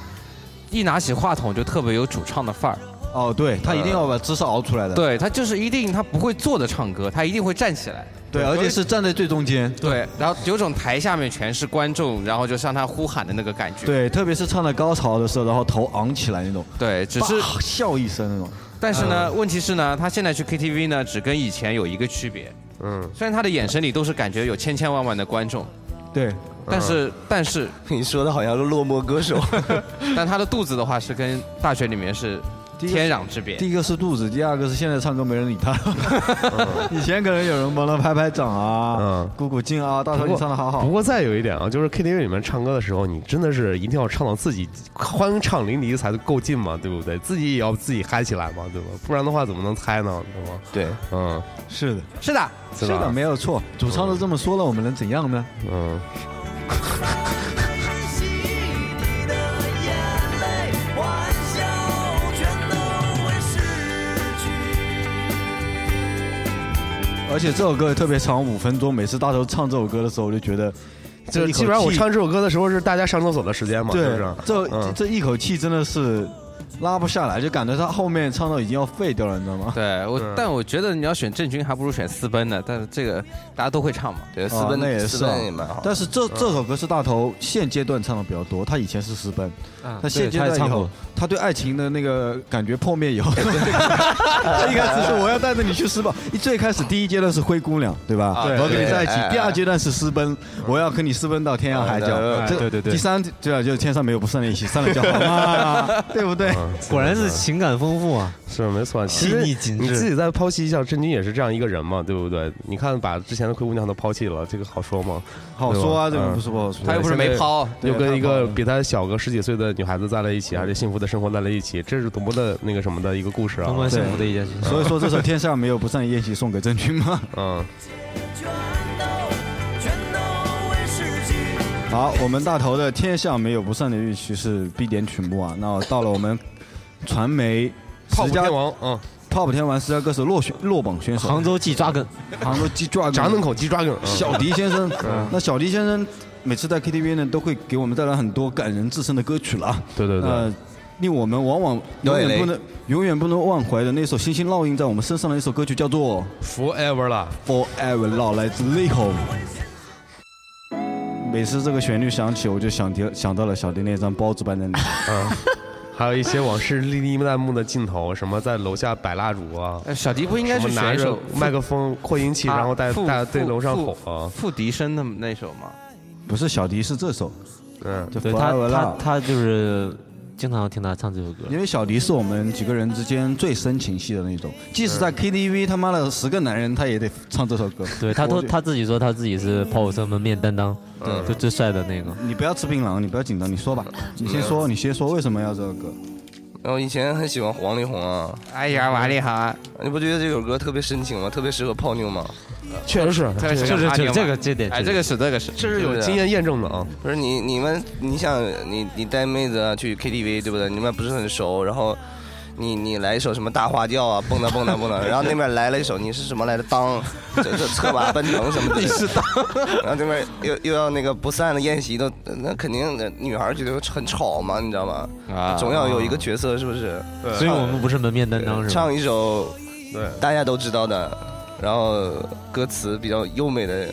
Speaker 5: 一拿起话筒就特别有主唱的范儿。
Speaker 7: 哦，对他一定要把姿势熬出来的。
Speaker 5: 对他就是一定他不会坐着唱歌，他一定会站起来。
Speaker 7: 对，而且是站在最中间。
Speaker 5: 对，然后有种台下面全是观众，然后就向他呼喊的那个感觉。
Speaker 7: 对，特别是唱到高潮的时候，然后头昂起来那种，
Speaker 5: 对，只是
Speaker 7: bah 笑一声那种。
Speaker 5: 但是
Speaker 7: 嗯
Speaker 5: 呢，问题是呢，他现在去 KTV 呢，只跟以前有一个区别。
Speaker 2: 嗯，
Speaker 5: 虽然他的眼神里都是感觉有千千万万的观众，
Speaker 7: 对，
Speaker 5: 但是但是
Speaker 1: 你说的好像是落寞歌手，
Speaker 5: 但他的肚子的话是跟大学里面是天壤之别。
Speaker 7: 第一个是肚子，第二个是现在唱歌没人理他。 以前可能有人帮他拍拍掌啊
Speaker 2: 嗯，
Speaker 7: 鼓鼓劲啊，大头
Speaker 2: 不
Speaker 7: 你
Speaker 2: 过
Speaker 7: 唱的好好
Speaker 2: 不。过再有一点啊，就是 KTV 里面唱歌的时候，你真的是一定要唱到自己欢唱淋漓才够劲嘛，对不对？自己也要自己嗨起来嘛，对吧？不然的话怎么能猜呢？对吗？
Speaker 1: 对，
Speaker 2: 嗯，
Speaker 7: 是的，
Speaker 5: 是的，
Speaker 2: 是
Speaker 7: 是
Speaker 2: 吧
Speaker 7: 的，没有错。主唱都这么说了，我们能怎样呢？
Speaker 2: 嗯，
Speaker 7: 而且这首歌也特别长，五分钟。每次大头唱这首歌的时候，我就觉得
Speaker 2: 就
Speaker 7: 这一口
Speaker 2: 基本上我
Speaker 7: 气
Speaker 2: 唱这首歌的时候是大家上厕所的时间嘛，是不
Speaker 7: 对
Speaker 2: 是？，
Speaker 7: 这
Speaker 2: 嗯
Speaker 7: 这一口气真的是拉不下来，就感觉他后面唱到已经要废掉了，你知道吗？
Speaker 5: 对我
Speaker 2: 对，
Speaker 5: 但我觉得你要选郑钧，还不如选私奔呢。但是这个大家都会唱嘛。
Speaker 8: 对，私
Speaker 7: 啊
Speaker 8: 奔
Speaker 7: 那也
Speaker 8: 私
Speaker 7: 是啊
Speaker 8: 奔也蛮好。嗯
Speaker 7: 但是这这首歌是大头现阶段唱的比较多，他以前是私奔，
Speaker 3: 啊
Speaker 2: 嗯
Speaker 7: 他现阶
Speaker 3: 对他
Speaker 7: 段
Speaker 3: 也
Speaker 7: 以
Speaker 3: 唱
Speaker 7: 后
Speaker 3: 过，
Speaker 7: 他对爱情的那个感觉破灭以后，他一开始说我要带着你去私奔，一最开始第一阶段是灰姑娘，对吧？
Speaker 8: 对
Speaker 7: 我要跟你在一起
Speaker 8: 对哎。
Speaker 7: 第二阶段是私奔，我要跟你私奔到天涯海角
Speaker 8: 哎。
Speaker 7: 这
Speaker 3: 对对对
Speaker 7: 第三对啊，就是天上没有不散的宴席，散了就好嘛，对不对？
Speaker 2: 嗯
Speaker 3: 果然是情感丰富啊，
Speaker 2: 是没错，其
Speaker 3: 细
Speaker 2: 实
Speaker 3: 腻紧
Speaker 2: 你自
Speaker 3: 致。
Speaker 2: 己再剖析一下，郑钧也是这样一个人嘛，对不对？你看，把之前的灰姑娘都抛弃了，这个好说吗？
Speaker 7: 好说啊，这
Speaker 2: 对吧
Speaker 7: 个不是不好说。
Speaker 5: 他又不是没抛，
Speaker 7: 对
Speaker 2: 又跟一
Speaker 7: 太棒
Speaker 2: 个
Speaker 7: 了
Speaker 2: 比他小个十几岁的女孩子在了一起，而且幸福的生活在了一起，这是多么的那个什么的一个故事啊
Speaker 3: 多！么幸福的一件事情！
Speaker 7: 所以说这首《天上没有不散的宴席》送给郑钧嘛。
Speaker 2: 嗯，
Speaker 7: 好，我们大头的《天上没有不散的宴席》是必点曲目啊。那到了我们传媒
Speaker 2: 泡
Speaker 7: 十
Speaker 2: 芙
Speaker 7: 佳
Speaker 2: 天王，嗯，
Speaker 7: Pop 天王十佳歌手落选落榜选手，
Speaker 3: 杭州记抓梗，
Speaker 7: 杭州鸡爪
Speaker 2: 闸门口鸡抓梗，嗯
Speaker 7: 小迪先生
Speaker 2: 嗯。
Speaker 7: 那小迪先生每次在 KTV 呢，都会给我们带来很多感人至深的歌曲了啊。
Speaker 2: 对对对，
Speaker 7: 呃，令我们往往永
Speaker 8: 对
Speaker 7: 远
Speaker 8: 嘞
Speaker 7: 不能永远不能忘怀的那首深深烙印在我们身上的一首歌曲叫做
Speaker 2: ，forever 了，
Speaker 7: Forever Love 来自 Lico。每次这个旋律响起，我就想提想到了小迪那张包子般的脸。
Speaker 2: 嗯，还有一些往事历历在目的镜头，什么在楼下摆蜡烛啊，
Speaker 5: 呃小迪不应该
Speaker 2: 什么
Speaker 5: 是选
Speaker 2: 拿
Speaker 5: 一
Speaker 2: 着
Speaker 5: 首
Speaker 2: 麦克风扩音器，
Speaker 5: 啊
Speaker 2: 然后带
Speaker 5: 复
Speaker 2: 带对
Speaker 5: 复
Speaker 2: 楼上
Speaker 5: 复
Speaker 2: 吼啊，
Speaker 5: 付笛声的那首吗？
Speaker 7: 不是小迪，是这首，
Speaker 2: 嗯，
Speaker 7: 就
Speaker 3: 对他
Speaker 7: Forever
Speaker 3: 他
Speaker 7: Love。
Speaker 3: 他就是经常听他唱这首歌，
Speaker 7: 因为小迪是我们几个人之间最深情系的那种，即使在 KTV，他妈的十个男人他也得唱这首歌。
Speaker 3: 嗯对他都
Speaker 7: 我就嗯
Speaker 3: 他自己说他自己是泡芙生门面担当，就最帅的那个。
Speaker 7: 你不要吃槟榔，你不要紧张，你说吧，你先说，你先说为什么要这首歌？
Speaker 8: 然后以前很喜欢黄力宏啊，
Speaker 5: 哎呀，瓦力哈，
Speaker 8: 你不觉得这首歌特别深情吗？特别适合泡妞吗？
Speaker 2: 确实是，
Speaker 5: 这个
Speaker 3: 就是
Speaker 5: 哈尼
Speaker 3: 就
Speaker 5: 玛
Speaker 3: 这个这点，
Speaker 5: 哎，这个是这个是，
Speaker 2: 这是有
Speaker 8: 对啊
Speaker 2: 经验验证的啊，
Speaker 8: 不是你你们，你想你你带妹子啊去 KTV 对不对？你们不是很熟，然后你你来一首什么大花轿啊，蹦跶蹦跶蹦跶，然 后那边来了一首你是什么来着？当，这这策马奔腾什么 的，你 是当，然后这边又又要那个不散的宴席都，那肯定的女孩觉得很吵嘛，你知道吗？
Speaker 5: 啊
Speaker 8: 总要有一个角色是不是？
Speaker 3: 所以我们不是门面担当是吧？
Speaker 8: 唱一首
Speaker 2: 对。
Speaker 8: 大家都知道的，然后歌词比较优美的，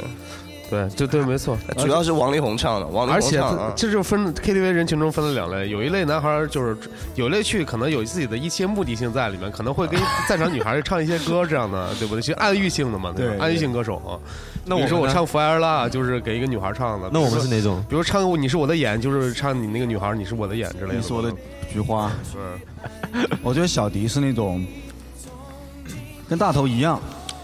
Speaker 2: 对，就对，没错。
Speaker 8: 主要是王力宏唱的，王力
Speaker 2: 而
Speaker 8: 宏
Speaker 2: 且
Speaker 8: 唱
Speaker 2: 它
Speaker 8: 啊。
Speaker 2: 这就分 KTV 人群中分了两类，有一类男孩儿就是有一类去可能有自己的一些目的性在里面，可能会跟在场女孩儿唱一些歌这样的，对不对？去暗喻性的嘛，对吧
Speaker 7: 对？对
Speaker 2: 暗喻性歌手啊。
Speaker 3: 那
Speaker 2: 比
Speaker 3: 我
Speaker 2: 如说
Speaker 3: 们
Speaker 2: 我
Speaker 3: 呢
Speaker 2: 唱《Forever Love》，就是给一个女孩儿唱的。
Speaker 3: 那我们是
Speaker 2: 比如说
Speaker 3: 哪种？
Speaker 2: 比如唱《你是我的眼》，就是唱你那个女孩儿，你是我的眼之类的。
Speaker 7: 你是我的菊花。
Speaker 2: 嗯，
Speaker 7: 我觉得小迪是那种跟大头一样，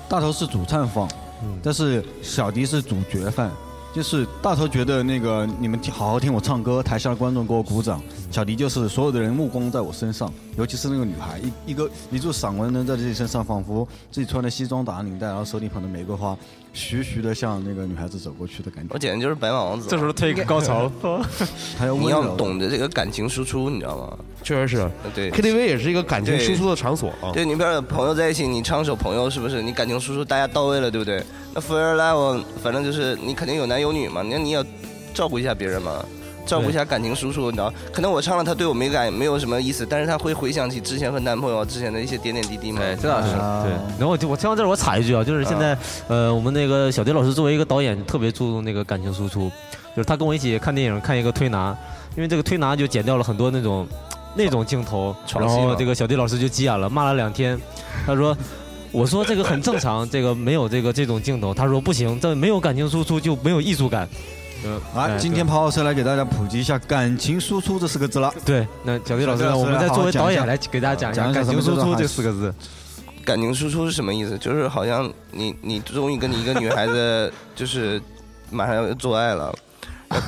Speaker 7: 大头是主唱方，
Speaker 2: 嗯
Speaker 7: 但是小迪是主角范。就是大头觉得那个你们听好好听我唱歌，台下的观众给我鼓掌。
Speaker 2: 嗯
Speaker 7: 小迪就是所有的人目光在我身上，尤其是那个女孩，一一个一座闪光灯在自己身上，仿佛自己穿的西装打领带，然后手里捧着玫瑰花，徐徐的向那个女孩子走过去的感觉
Speaker 8: 我。简直就是白马王子。
Speaker 3: 这时候推一个高潮，
Speaker 7: 他要温
Speaker 8: 你
Speaker 7: 柔
Speaker 8: 要懂得这个感情输出，你知道吗？
Speaker 2: 确实是。
Speaker 8: 对
Speaker 2: KTV 也是一个感情输出的场所啊。
Speaker 8: 对，你比如说朋友在一起，你唱首朋友是不是？你感情输出大家到位了，对不对？那 Fair Level 反正就是你肯定有男有女嘛，那你也照顾一下别人嘛。照顾一下感情输出，你知道？可能我唱了，他对我没感，没有什么意思，但是他会回想起之前和男朋友之前的一些点点滴滴嘛。
Speaker 5: 对，哎这倒是。
Speaker 7: 啊
Speaker 3: 对，然后我就我听到这儿，我插一句啊，就是现在，呃，我们那个小迪老师作为一个导演，特别注重那个感情输出，就是他跟我一起看电影，看一个推拿，因为这个推拿就剪掉了很多那种那种镜头，
Speaker 8: 床
Speaker 3: 然
Speaker 8: 戏
Speaker 3: 后
Speaker 8: 嘛
Speaker 3: 这个小迪老师就急眼了，骂了两天，他说。我说这个很正常，这个没有这个这种镜头。他说不行，这没有感情输出就没有艺术感。呃
Speaker 7: 来，
Speaker 3: 哎
Speaker 7: 今天跑火车来给大家普及一下“感情输出”这四个字了。
Speaker 3: 对，那小迪老
Speaker 7: 小迪
Speaker 3: 师
Speaker 7: 老
Speaker 3: 呢？
Speaker 7: 师
Speaker 3: 我们再
Speaker 7: 好好
Speaker 3: 作为
Speaker 7: 讲
Speaker 3: 导
Speaker 7: 一下
Speaker 3: 演来给大家讲一
Speaker 7: 讲
Speaker 3: 下
Speaker 7: 一下
Speaker 3: 感
Speaker 7: 什么
Speaker 3: 情输
Speaker 7: 叫做
Speaker 3: 出这
Speaker 7: 好
Speaker 3: 四个字。
Speaker 8: 感情输出是什么意思？就是好像你你终于跟你一个女孩子 就是马上要做爱了，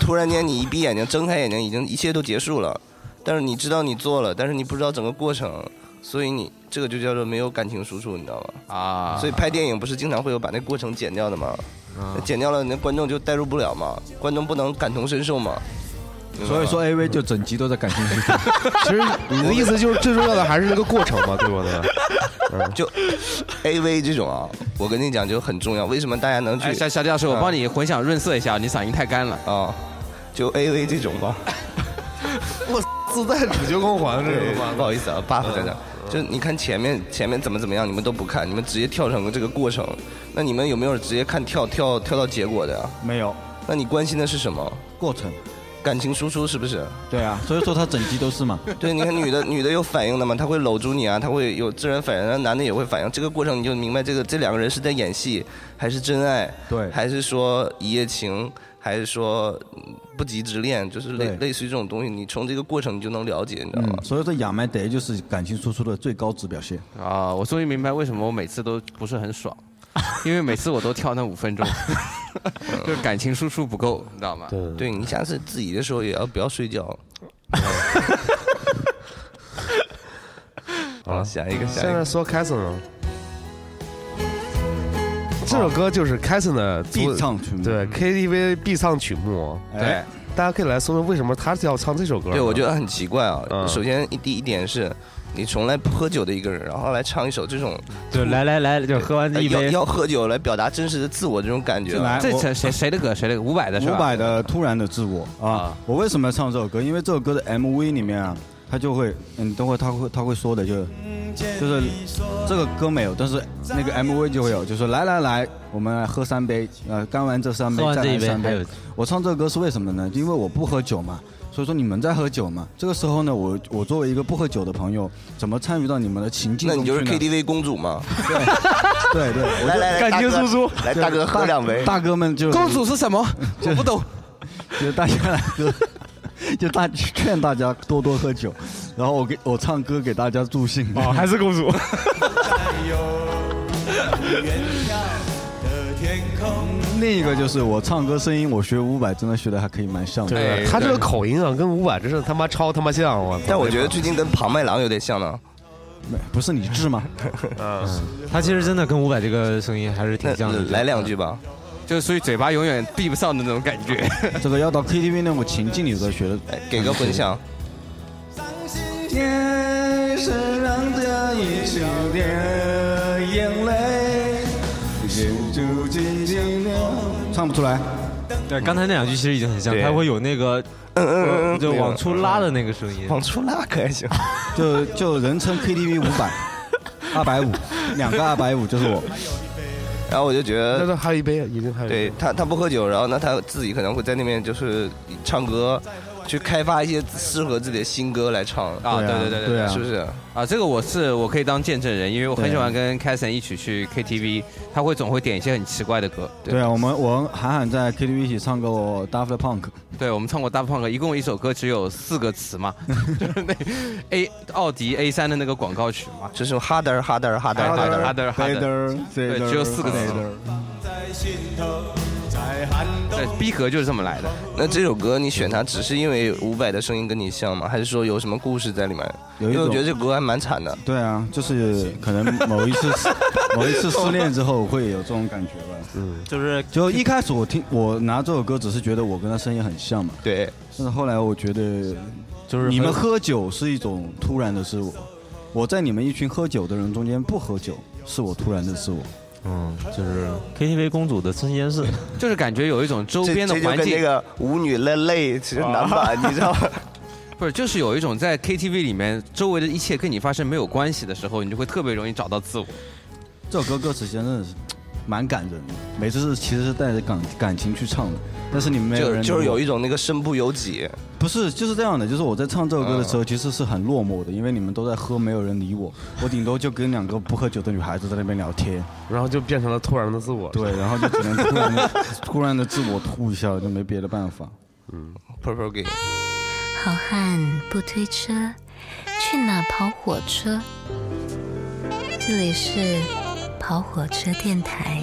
Speaker 8: 突然间你一闭眼睛睁开眼睛，已经一切都结束了，但是你知道你做了，但是你不知道整个过程，所以你这个就叫做没有感情输出，你知道吗？
Speaker 5: 啊，
Speaker 8: 所以拍电影不是经常会有把那过程剪
Speaker 7: 啊
Speaker 8: 掉的吗？剪掉了，那观众就代入不了嘛，观众不能感同身受嘛。
Speaker 7: 所以说 A V 就整集都在感情世界。
Speaker 2: 其实你的意思就是最重要的还是那个过程嘛，对不对？
Speaker 8: 就 A V 这种啊，我跟你讲就很重要。为什么大家能去？
Speaker 5: 哎，小小迪老师，我
Speaker 8: 嗯
Speaker 5: 帮你混响润色一下，你嗓音太干了。
Speaker 8: 啊，就 A V 这种吧。
Speaker 2: 自带主角光环这种
Speaker 8: 啊不好意思啊，buff 在这儿。就你看前面前面怎么怎么样，你们都不看，你们直接跳成这个过程。那你们有没有直接看跳跳跳到结果的呀？
Speaker 7: 没有
Speaker 8: 那你关心的是什么？
Speaker 7: 过程，
Speaker 8: 感情输出是不 是？
Speaker 7: 对啊，所以说他整集都是嘛。
Speaker 8: 对，你看女的女的有反应的嘛，她会搂住你啊，她会有自然反应，那男的也会反应。这个过程你就明白，这个这两个人是在演戏，还是真爱，
Speaker 7: 对
Speaker 8: 还是说一夜情，还是说嗯不急之恋，就是类
Speaker 7: 对
Speaker 8: 类似于这种东西，你从这个过程你就能了解，你知道吗？
Speaker 7: 嗯，所以说亚麻得就是感情输出的最高值表现。
Speaker 5: 啊，我终于明白为什么我每次都不是很爽，因为每次我都跳那五分钟，就是感情输出不够，你知道吗？
Speaker 8: 对你下次自己的时候也要不要睡觉。 好，下一个，下
Speaker 2: 现
Speaker 8: 一
Speaker 2: 在
Speaker 8: 个，
Speaker 2: 说 c a s o n 这首歌就是 c a s o n 的
Speaker 7: 必唱曲目
Speaker 2: 对 KTV 必唱曲目。哦
Speaker 5: 对，
Speaker 2: 大家可以来说说为什么他要唱这首歌呢？
Speaker 8: 对我觉得很奇怪啊。
Speaker 2: 嗯
Speaker 8: 首先一第一点是，你从来不喝酒的一个人，然后来唱一首这种
Speaker 3: 对，来来来，就喝完
Speaker 8: 呃
Speaker 3: 一
Speaker 8: 要
Speaker 3: 杯，
Speaker 8: 要喝酒来表达真实的自我这种感觉
Speaker 7: 进
Speaker 8: 啊。
Speaker 7: 来，
Speaker 5: 这
Speaker 7: 我
Speaker 5: 谁谁谁的歌？谁的歌？伍佰的是吧？
Speaker 7: 伍佰的《突然的自我》啊
Speaker 5: 啊，
Speaker 7: 我为什么要唱这首歌？因为这首歌的 MV 里面啊，他就会，嗯，等会他会他会说的，就是就是这个歌没有，但是那个 MV 就会有，就说来来来，我们来喝三杯，呃，干完这三杯
Speaker 3: 喝完
Speaker 7: 再
Speaker 3: 这一
Speaker 7: 来
Speaker 3: 杯
Speaker 7: 三
Speaker 3: 还有
Speaker 7: 杯。我唱这个歌是为什么呢？因为我不喝酒嘛，所以说你们在喝酒嘛。这个时候呢，我我作为一个不喝酒的朋友，怎么参与到你们的情境
Speaker 8: 那
Speaker 7: 中
Speaker 8: 你
Speaker 7: 去
Speaker 8: 就
Speaker 7: 呢？
Speaker 8: 是 KTV 公主嘛？
Speaker 7: 对对，我
Speaker 8: 来来来，
Speaker 3: 感情
Speaker 8: 大哥
Speaker 3: 输出，
Speaker 8: 来大哥喝两杯。
Speaker 7: 大哥们就
Speaker 5: 公主是什么？我不懂。
Speaker 7: 就大家来喝， 就大劝大家多多喝酒，然后我给我唱歌给大家助兴。
Speaker 2: 哦，还是公主。
Speaker 7: 另一个就是我唱歌声音，我学伍佰真的学的还可以蛮像的。
Speaker 2: 对，他这个口音啊，跟伍佰真是他妈超他妈像，我操。
Speaker 8: 但我觉得最近跟庞麦郎有点像呢。
Speaker 7: 没不是你治吗？
Speaker 3: 他其实真的跟伍佰这个声音还是挺
Speaker 8: 那
Speaker 3: 像的。
Speaker 8: 来两句吧。
Speaker 5: 就是所以嘴巴永远闭不上的那种感觉。
Speaker 7: 这个要到 KTV 那种情境里头学的。
Speaker 8: 哎给个混响。
Speaker 10: 天是让这一宿的眼泪，忍住紧紧流。
Speaker 7: 唱不出来。
Speaker 3: 对，刚才那两句其实已经很像，
Speaker 8: 对
Speaker 3: 他会有那个呃
Speaker 8: 嗯嗯嗯嗯，
Speaker 3: 就往出拉的那个声音。
Speaker 8: 往出拉可还行。
Speaker 7: 就就人称 KTV 五百，二百五，两个二百五就是我。
Speaker 8: 然后我就觉得，
Speaker 2: 那那还有一杯，啊一定还有一杯
Speaker 8: 对他他不喝酒，然后那他自己可能会在那边就是唱歌，去开发一些适合自己的新歌来唱
Speaker 5: 啊，对
Speaker 7: 对啊
Speaker 5: 对对
Speaker 7: 对啊
Speaker 8: 是不是？
Speaker 5: 啊，这个我是我可以当见证人，因为我很
Speaker 7: 对
Speaker 5: 喜欢跟凯森一起去 KTV，他会总会点一些很奇怪的歌。
Speaker 7: 对啊，我们我跟韩寒在 KTV 一起唱过 Daft Punk，
Speaker 5: 对，我们唱过大胖哥，一共一首歌只有四个词嘛， 就是那 A 奥迪 A 三的那个广告曲嘛。
Speaker 8: 就是哈德儿哈德儿哈德儿哈德
Speaker 5: 哈
Speaker 8: 儿，
Speaker 5: 德尔哈
Speaker 7: 对
Speaker 5: 德尔，
Speaker 7: 对
Speaker 5: 只有四个字。对，逼格就是这么来的。
Speaker 8: 那这首歌你选它，只是因为伍佰的声音跟你像吗？还是说有什么故事在里面？
Speaker 7: 有一
Speaker 8: 因为我
Speaker 7: 种
Speaker 8: 觉得这歌还蛮惨的。
Speaker 7: 对啊，就是可能某一次某一次失恋之后会有这种感觉吧。
Speaker 3: 就是
Speaker 7: 就一开始我听我拿这首歌只是觉得我跟他声音很像嘛，
Speaker 8: 对，
Speaker 7: 但是后来我觉得
Speaker 3: 就是
Speaker 7: 你们喝酒是一种突然的自我，我在你们一群喝酒的人中间不喝酒是我突然的自我。
Speaker 3: 嗯，就是 KTV 公主的孙先是
Speaker 8: 嗯
Speaker 5: 就是感觉有一种周
Speaker 8: 这
Speaker 5: 边的
Speaker 8: 这就
Speaker 5: 环
Speaker 8: 跟
Speaker 5: 境，
Speaker 8: 那个舞女泪泪其实男版，你知道吗？
Speaker 5: 不是，就是有一种在 KTV 里面，周围的一切跟你发生没有关系的时候，你就会特别容易找到自我。
Speaker 7: 这首歌歌词真的是蛮感人的，每次是其实是带着感感情去唱的，但是你们没有
Speaker 8: 就
Speaker 7: 人
Speaker 8: 就是
Speaker 7: 懂
Speaker 8: 有一种那个身不由己。
Speaker 7: 不是，就是这样的，就是我在唱这首歌的时候，其实是很落寞的，因为你们都在喝，没有人理我，我顶多就跟两个不喝酒的女孩子在那边聊天，
Speaker 2: 然后就变成了突然的自我。
Speaker 7: 对，然后就只能突然的 突然的自我吐一下，就没别的办法。
Speaker 8: Purple Gay，
Speaker 11: 好汉不推车，去哪跑火车？这里是跑火车电台。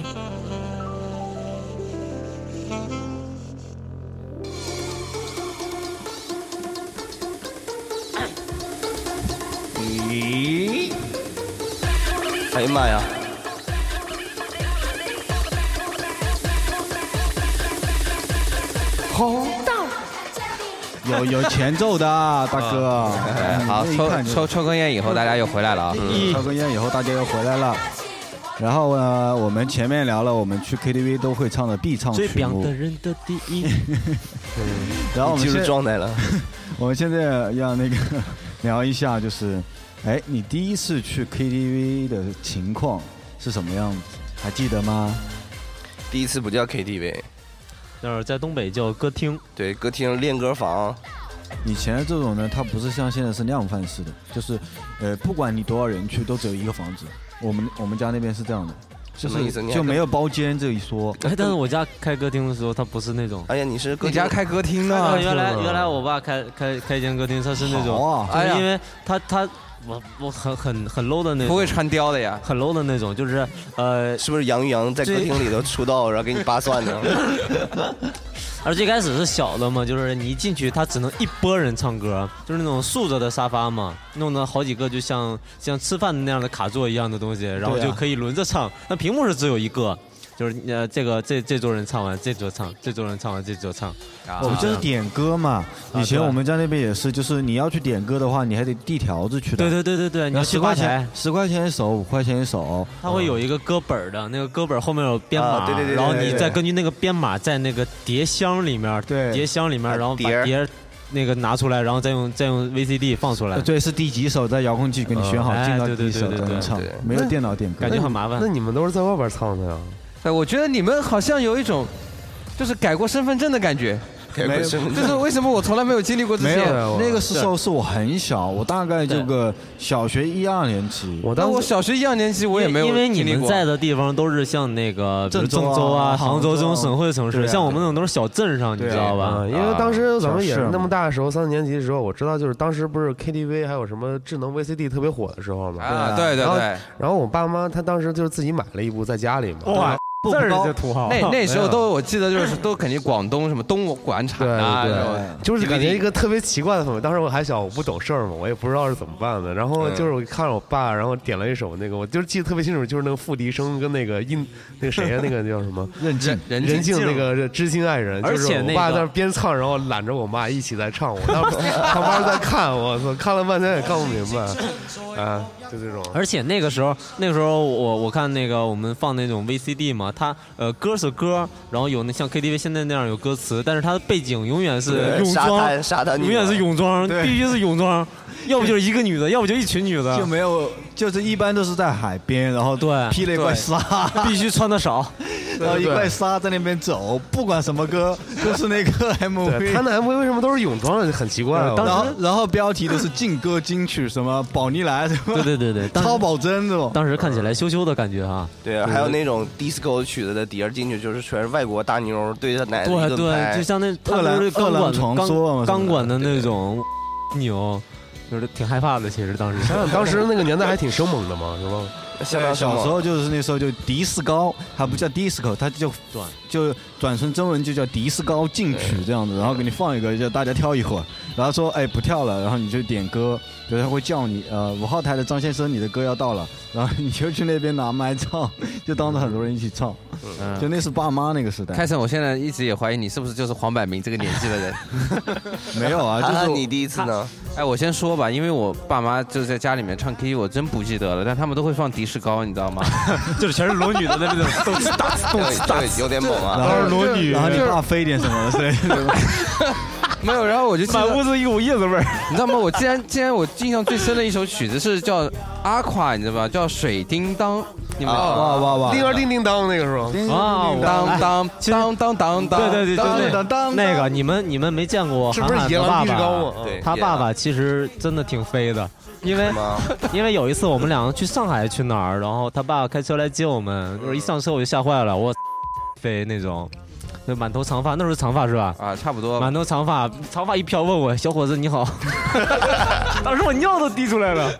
Speaker 8: 哎呀妈呀！
Speaker 10: 红豆，
Speaker 7: 有有前奏的啊，大哥。
Speaker 5: 哎
Speaker 7: 嗯
Speaker 5: 好，
Speaker 7: 这一
Speaker 5: 抽
Speaker 7: 看就
Speaker 5: 抽抽根烟以后，大家又回来 了啊。
Speaker 7: 抽嗯根烟以后，大家又回来了。然后呢，我们前面聊了，我们去 KTV 都会唱的必唱曲
Speaker 3: 最表
Speaker 7: 目
Speaker 3: 的。人的第一，
Speaker 7: 然哦后我们
Speaker 1: 进入
Speaker 7: 现
Speaker 1: 状态了。
Speaker 7: 我们现在要那个 聊一下，就是，哎，你第一次去 KTV 的情况是什么样子？还记得吗？
Speaker 1: 第一次不叫 KTV，
Speaker 3: 那是在东北叫歌厅，
Speaker 1: 对，歌厅练歌房，
Speaker 7: 以前的这种呢，它不是像现在是量贩式的，就是，呃，不管你多少人去，都只有一个房子。我们我们家那边是这样的，就
Speaker 1: 什么意
Speaker 7: 是
Speaker 1: 思你还
Speaker 7: 就没有包间这一说。
Speaker 3: 哎，但是我家开歌厅的时候，它不是那种。
Speaker 1: 哎呀，你是歌
Speaker 5: 你
Speaker 1: 厅
Speaker 5: 家开歌厅
Speaker 3: 啊，
Speaker 5: 呢？
Speaker 3: 原来原来我爸开开开一间歌厅，他是那
Speaker 7: 好
Speaker 3: 种，
Speaker 7: 啊
Speaker 3: 就是
Speaker 5: 哎呀
Speaker 3: 因为他他我我很很很 low 的那
Speaker 5: 不
Speaker 3: 种
Speaker 5: 会，穿貂的呀。
Speaker 3: 很 low 的那种，就是呃，
Speaker 1: 是不是杨钰莹在歌厅里头出道，然后给你扒蒜呢？
Speaker 3: 而最开始是小的嘛，就是你一进去，他只能一拨人唱歌，就是那种竖着的沙发嘛，弄了好几个就像像吃饭那样的卡座一样的东西，然后
Speaker 7: 对啊
Speaker 3: 就可以轮着唱。那屏幕是只有一个，就是呃这个这这桌人唱完，这桌唱，这桌人唱完，这桌唱。
Speaker 7: 我们就是点歌嘛，以前
Speaker 3: 啊对
Speaker 7: 我们家那边也是，就是你要去点歌的话，你还得递条子去的。
Speaker 3: 对对对对对，你
Speaker 7: 然
Speaker 3: 要
Speaker 7: 后
Speaker 3: 去
Speaker 7: 十
Speaker 3: 吧
Speaker 7: 块
Speaker 3: 台
Speaker 7: 钱，，十块钱一首，五块钱一首。
Speaker 3: 它会有一个歌本儿的，那个歌本儿后面有编码，
Speaker 1: 啊对对对对
Speaker 3: 然后你
Speaker 1: 对对
Speaker 3: 再根据那个编码在那个碟箱里面，
Speaker 7: 对
Speaker 3: 碟箱里面，
Speaker 1: 啊
Speaker 3: 然后把
Speaker 1: 碟儿
Speaker 3: 碟儿那个拿出来，然后再用再用 VCD 放出来
Speaker 7: 呃，，对，是第几首，在遥控器给你选好
Speaker 3: 嗯
Speaker 7: 进到
Speaker 3: 哎对
Speaker 7: 第
Speaker 3: 对
Speaker 7: 几首
Speaker 3: 对
Speaker 7: 才
Speaker 3: 对
Speaker 7: 能唱
Speaker 1: 对对，
Speaker 7: 没有电脑点歌哎
Speaker 3: 感觉。很麻
Speaker 2: 那
Speaker 3: 烦。
Speaker 2: 你们都是在外边唱的呀？
Speaker 5: 哎，我觉得你们好像有一种。就是改过身份证的感觉，
Speaker 1: 开
Speaker 7: 没
Speaker 1: 过
Speaker 7: 有
Speaker 1: 身份
Speaker 5: 就
Speaker 1: 证
Speaker 5: 是为什么我从来没有经历过这
Speaker 7: 没
Speaker 5: 些
Speaker 7: 有？
Speaker 2: 对我，
Speaker 7: 那个时候是我很小，我大概就个小学一二年级。
Speaker 2: 我
Speaker 5: 但
Speaker 2: 当
Speaker 5: 我
Speaker 2: 时
Speaker 5: 小学一二年级我也没有
Speaker 3: 因为你
Speaker 5: 经历
Speaker 3: 们
Speaker 5: 过。
Speaker 3: 在的地方都是像那个比如
Speaker 7: 郑州啊
Speaker 3: 郑州啊、
Speaker 7: 杭
Speaker 3: 杭州这种
Speaker 7: 州
Speaker 3: 省会城
Speaker 7: 对
Speaker 3: 市，
Speaker 7: 啊
Speaker 3: 像我们那种都是小镇上，你
Speaker 7: 对啊
Speaker 3: 知道
Speaker 2: 啊，
Speaker 3: 吧？
Speaker 2: 因为当时咱们也
Speaker 7: 小事
Speaker 2: 是
Speaker 7: 嘛
Speaker 2: 那么大的时候，三四年级的时候，我知道就是当时不是 KTV 还有什么智能 VCD 特别火的时候嘛。
Speaker 5: 啊，对对
Speaker 2: 然后
Speaker 5: 对，
Speaker 2: 然后我爸妈他当时就是自己买了一部在家里嘛。
Speaker 3: 哇，
Speaker 2: 嗯字儿
Speaker 7: 高
Speaker 2: 就土
Speaker 3: 哦
Speaker 2: 豪。
Speaker 5: 那 那时候都我记得就是都肯定广东什么东莞厂啊，
Speaker 2: 对对
Speaker 5: 然后
Speaker 2: 就是感觉一个特别奇怪的氛围。当时我还小，我不懂事儿嘛，我也不知道是怎么办的。然后
Speaker 3: 嗯
Speaker 2: 就是我看着我爸，然后点了一首那个，我就是记得特别清楚，就是那个付笛声跟那个印 那个谁呀、那个叫什么
Speaker 7: 任静，
Speaker 5: 人
Speaker 2: 任
Speaker 5: 静
Speaker 2: 静那个知心爱人，
Speaker 3: 而且
Speaker 2: 就是
Speaker 3: 那
Speaker 2: 我爸
Speaker 3: 个
Speaker 2: 在那边唱，然后揽着我妈一起在唱，我当时 他妈在看，我操，看了半天也看不明白，啊，就这种。
Speaker 3: 而且那个时候，那个时候我我看那个我们放那种 VCD 嘛，它呃歌是歌，然后有那像 KTV 现在那样有歌词，但是它的背景永远是
Speaker 1: 对
Speaker 3: 泳
Speaker 1: 沙
Speaker 3: 装，
Speaker 1: 滩沙滩女
Speaker 3: 永远
Speaker 1: 郎
Speaker 3: 是泳装，
Speaker 7: 对
Speaker 3: 必须是泳装，要不就是一个女的，要不就一群女
Speaker 7: 就
Speaker 3: 的，
Speaker 7: 没有，就是一般都是在海边，然后
Speaker 3: 啊对
Speaker 7: 披了一块
Speaker 5: 对
Speaker 7: 纱，
Speaker 3: 必须穿的少。
Speaker 7: 然后一块纱在那边走，不管什么歌，都是那个
Speaker 2: 对，他
Speaker 7: MV。
Speaker 2: 那 MV 为什么都是泳装？很奇怪。啊
Speaker 7: 然
Speaker 2: 我
Speaker 7: 后然后标题都是劲歌金曲，什么宝妮来，什么
Speaker 3: 对对对对，当
Speaker 7: 超
Speaker 3: 时
Speaker 7: 保真这种。
Speaker 3: 当时看起来羞羞的感觉啊，
Speaker 1: 对啊，还有那种 disco 曲子的碟儿进去，就是全是外国大妞儿对着奶子一顿
Speaker 3: 对对，
Speaker 1: 拍
Speaker 3: 就，像那他
Speaker 7: 恶
Speaker 3: 们
Speaker 7: 狼
Speaker 3: 都是钢
Speaker 7: 恶狼
Speaker 3: 管
Speaker 7: 传说嘛
Speaker 3: 钢
Speaker 7: 什么
Speaker 3: 钢
Speaker 7: 的
Speaker 3: 管的那种牛，就是挺害怕的。其实当时
Speaker 2: 想想当时那个年代还挺生猛的嘛，是吧？
Speaker 1: 像
Speaker 7: 对
Speaker 1: 什么
Speaker 7: 小时候就是那时候就迪斯高，它不叫 disco，它就转就转成中文就叫迪斯高进曲这样子，然后给你放一个，叫大家跳一会儿，然后说哎不跳了，然后你就点歌，比如他会叫你呃五号台的张先生，你的歌要到了，然后你就去那边拿麦唱，就当着很多人一起唱，就那是爸妈那个时代
Speaker 5: 开，始，我现在一直也怀疑你是不是就是黄百鸣这个年纪的人。
Speaker 7: 没有啊，
Speaker 1: 涵
Speaker 7: 就是
Speaker 1: 涵，
Speaker 7: 我
Speaker 1: 你第一次呢？
Speaker 5: 哎，我先说吧，因为我爸妈就是在家里面唱 K，我真不记得了，但他们都会放迪士高，你知道 吗？
Speaker 3: 就是全是裸女的那种动次打次动次
Speaker 1: 对，对有点猛啊！
Speaker 7: 然后
Speaker 2: 裸女
Speaker 7: 然后你爸飞点什么之类的，
Speaker 5: 没有，然后我就记
Speaker 3: 满
Speaker 5: 得，
Speaker 3: 屋子一股叶子味儿。
Speaker 5: 你知道吗？我竟然竟然我印象最深的一首曲子是叫《阿垮》，你知道吧？叫《水叮当》，你们。
Speaker 7: 哇哇哇，
Speaker 2: 叮儿叮叮当那个时候，
Speaker 3: 啊我
Speaker 5: 当当当当当当，
Speaker 3: 对对对，
Speaker 7: 当
Speaker 3: 就
Speaker 7: 当当
Speaker 3: 那那个，你们你们没见过
Speaker 2: 是
Speaker 3: 韩
Speaker 2: 不是
Speaker 3: 寒
Speaker 2: 野
Speaker 3: 的
Speaker 2: 狼
Speaker 3: 爸
Speaker 2: 必须高
Speaker 3: 爸？
Speaker 2: 嘛？
Speaker 1: 对，
Speaker 3: 啊他爸爸其实真的挺飞的，因为
Speaker 1: 是吗？
Speaker 3: 因为有一次我们两个去上海去哪儿，然后他爸开车来接我们，我一上车我就吓坏了，我 飞那种，就满头长发，那时候长发是吧？
Speaker 5: 啊，差不多吧。
Speaker 3: 满头长发，长发一飘，问我小伙子你 好，当时我尿都滴出来了，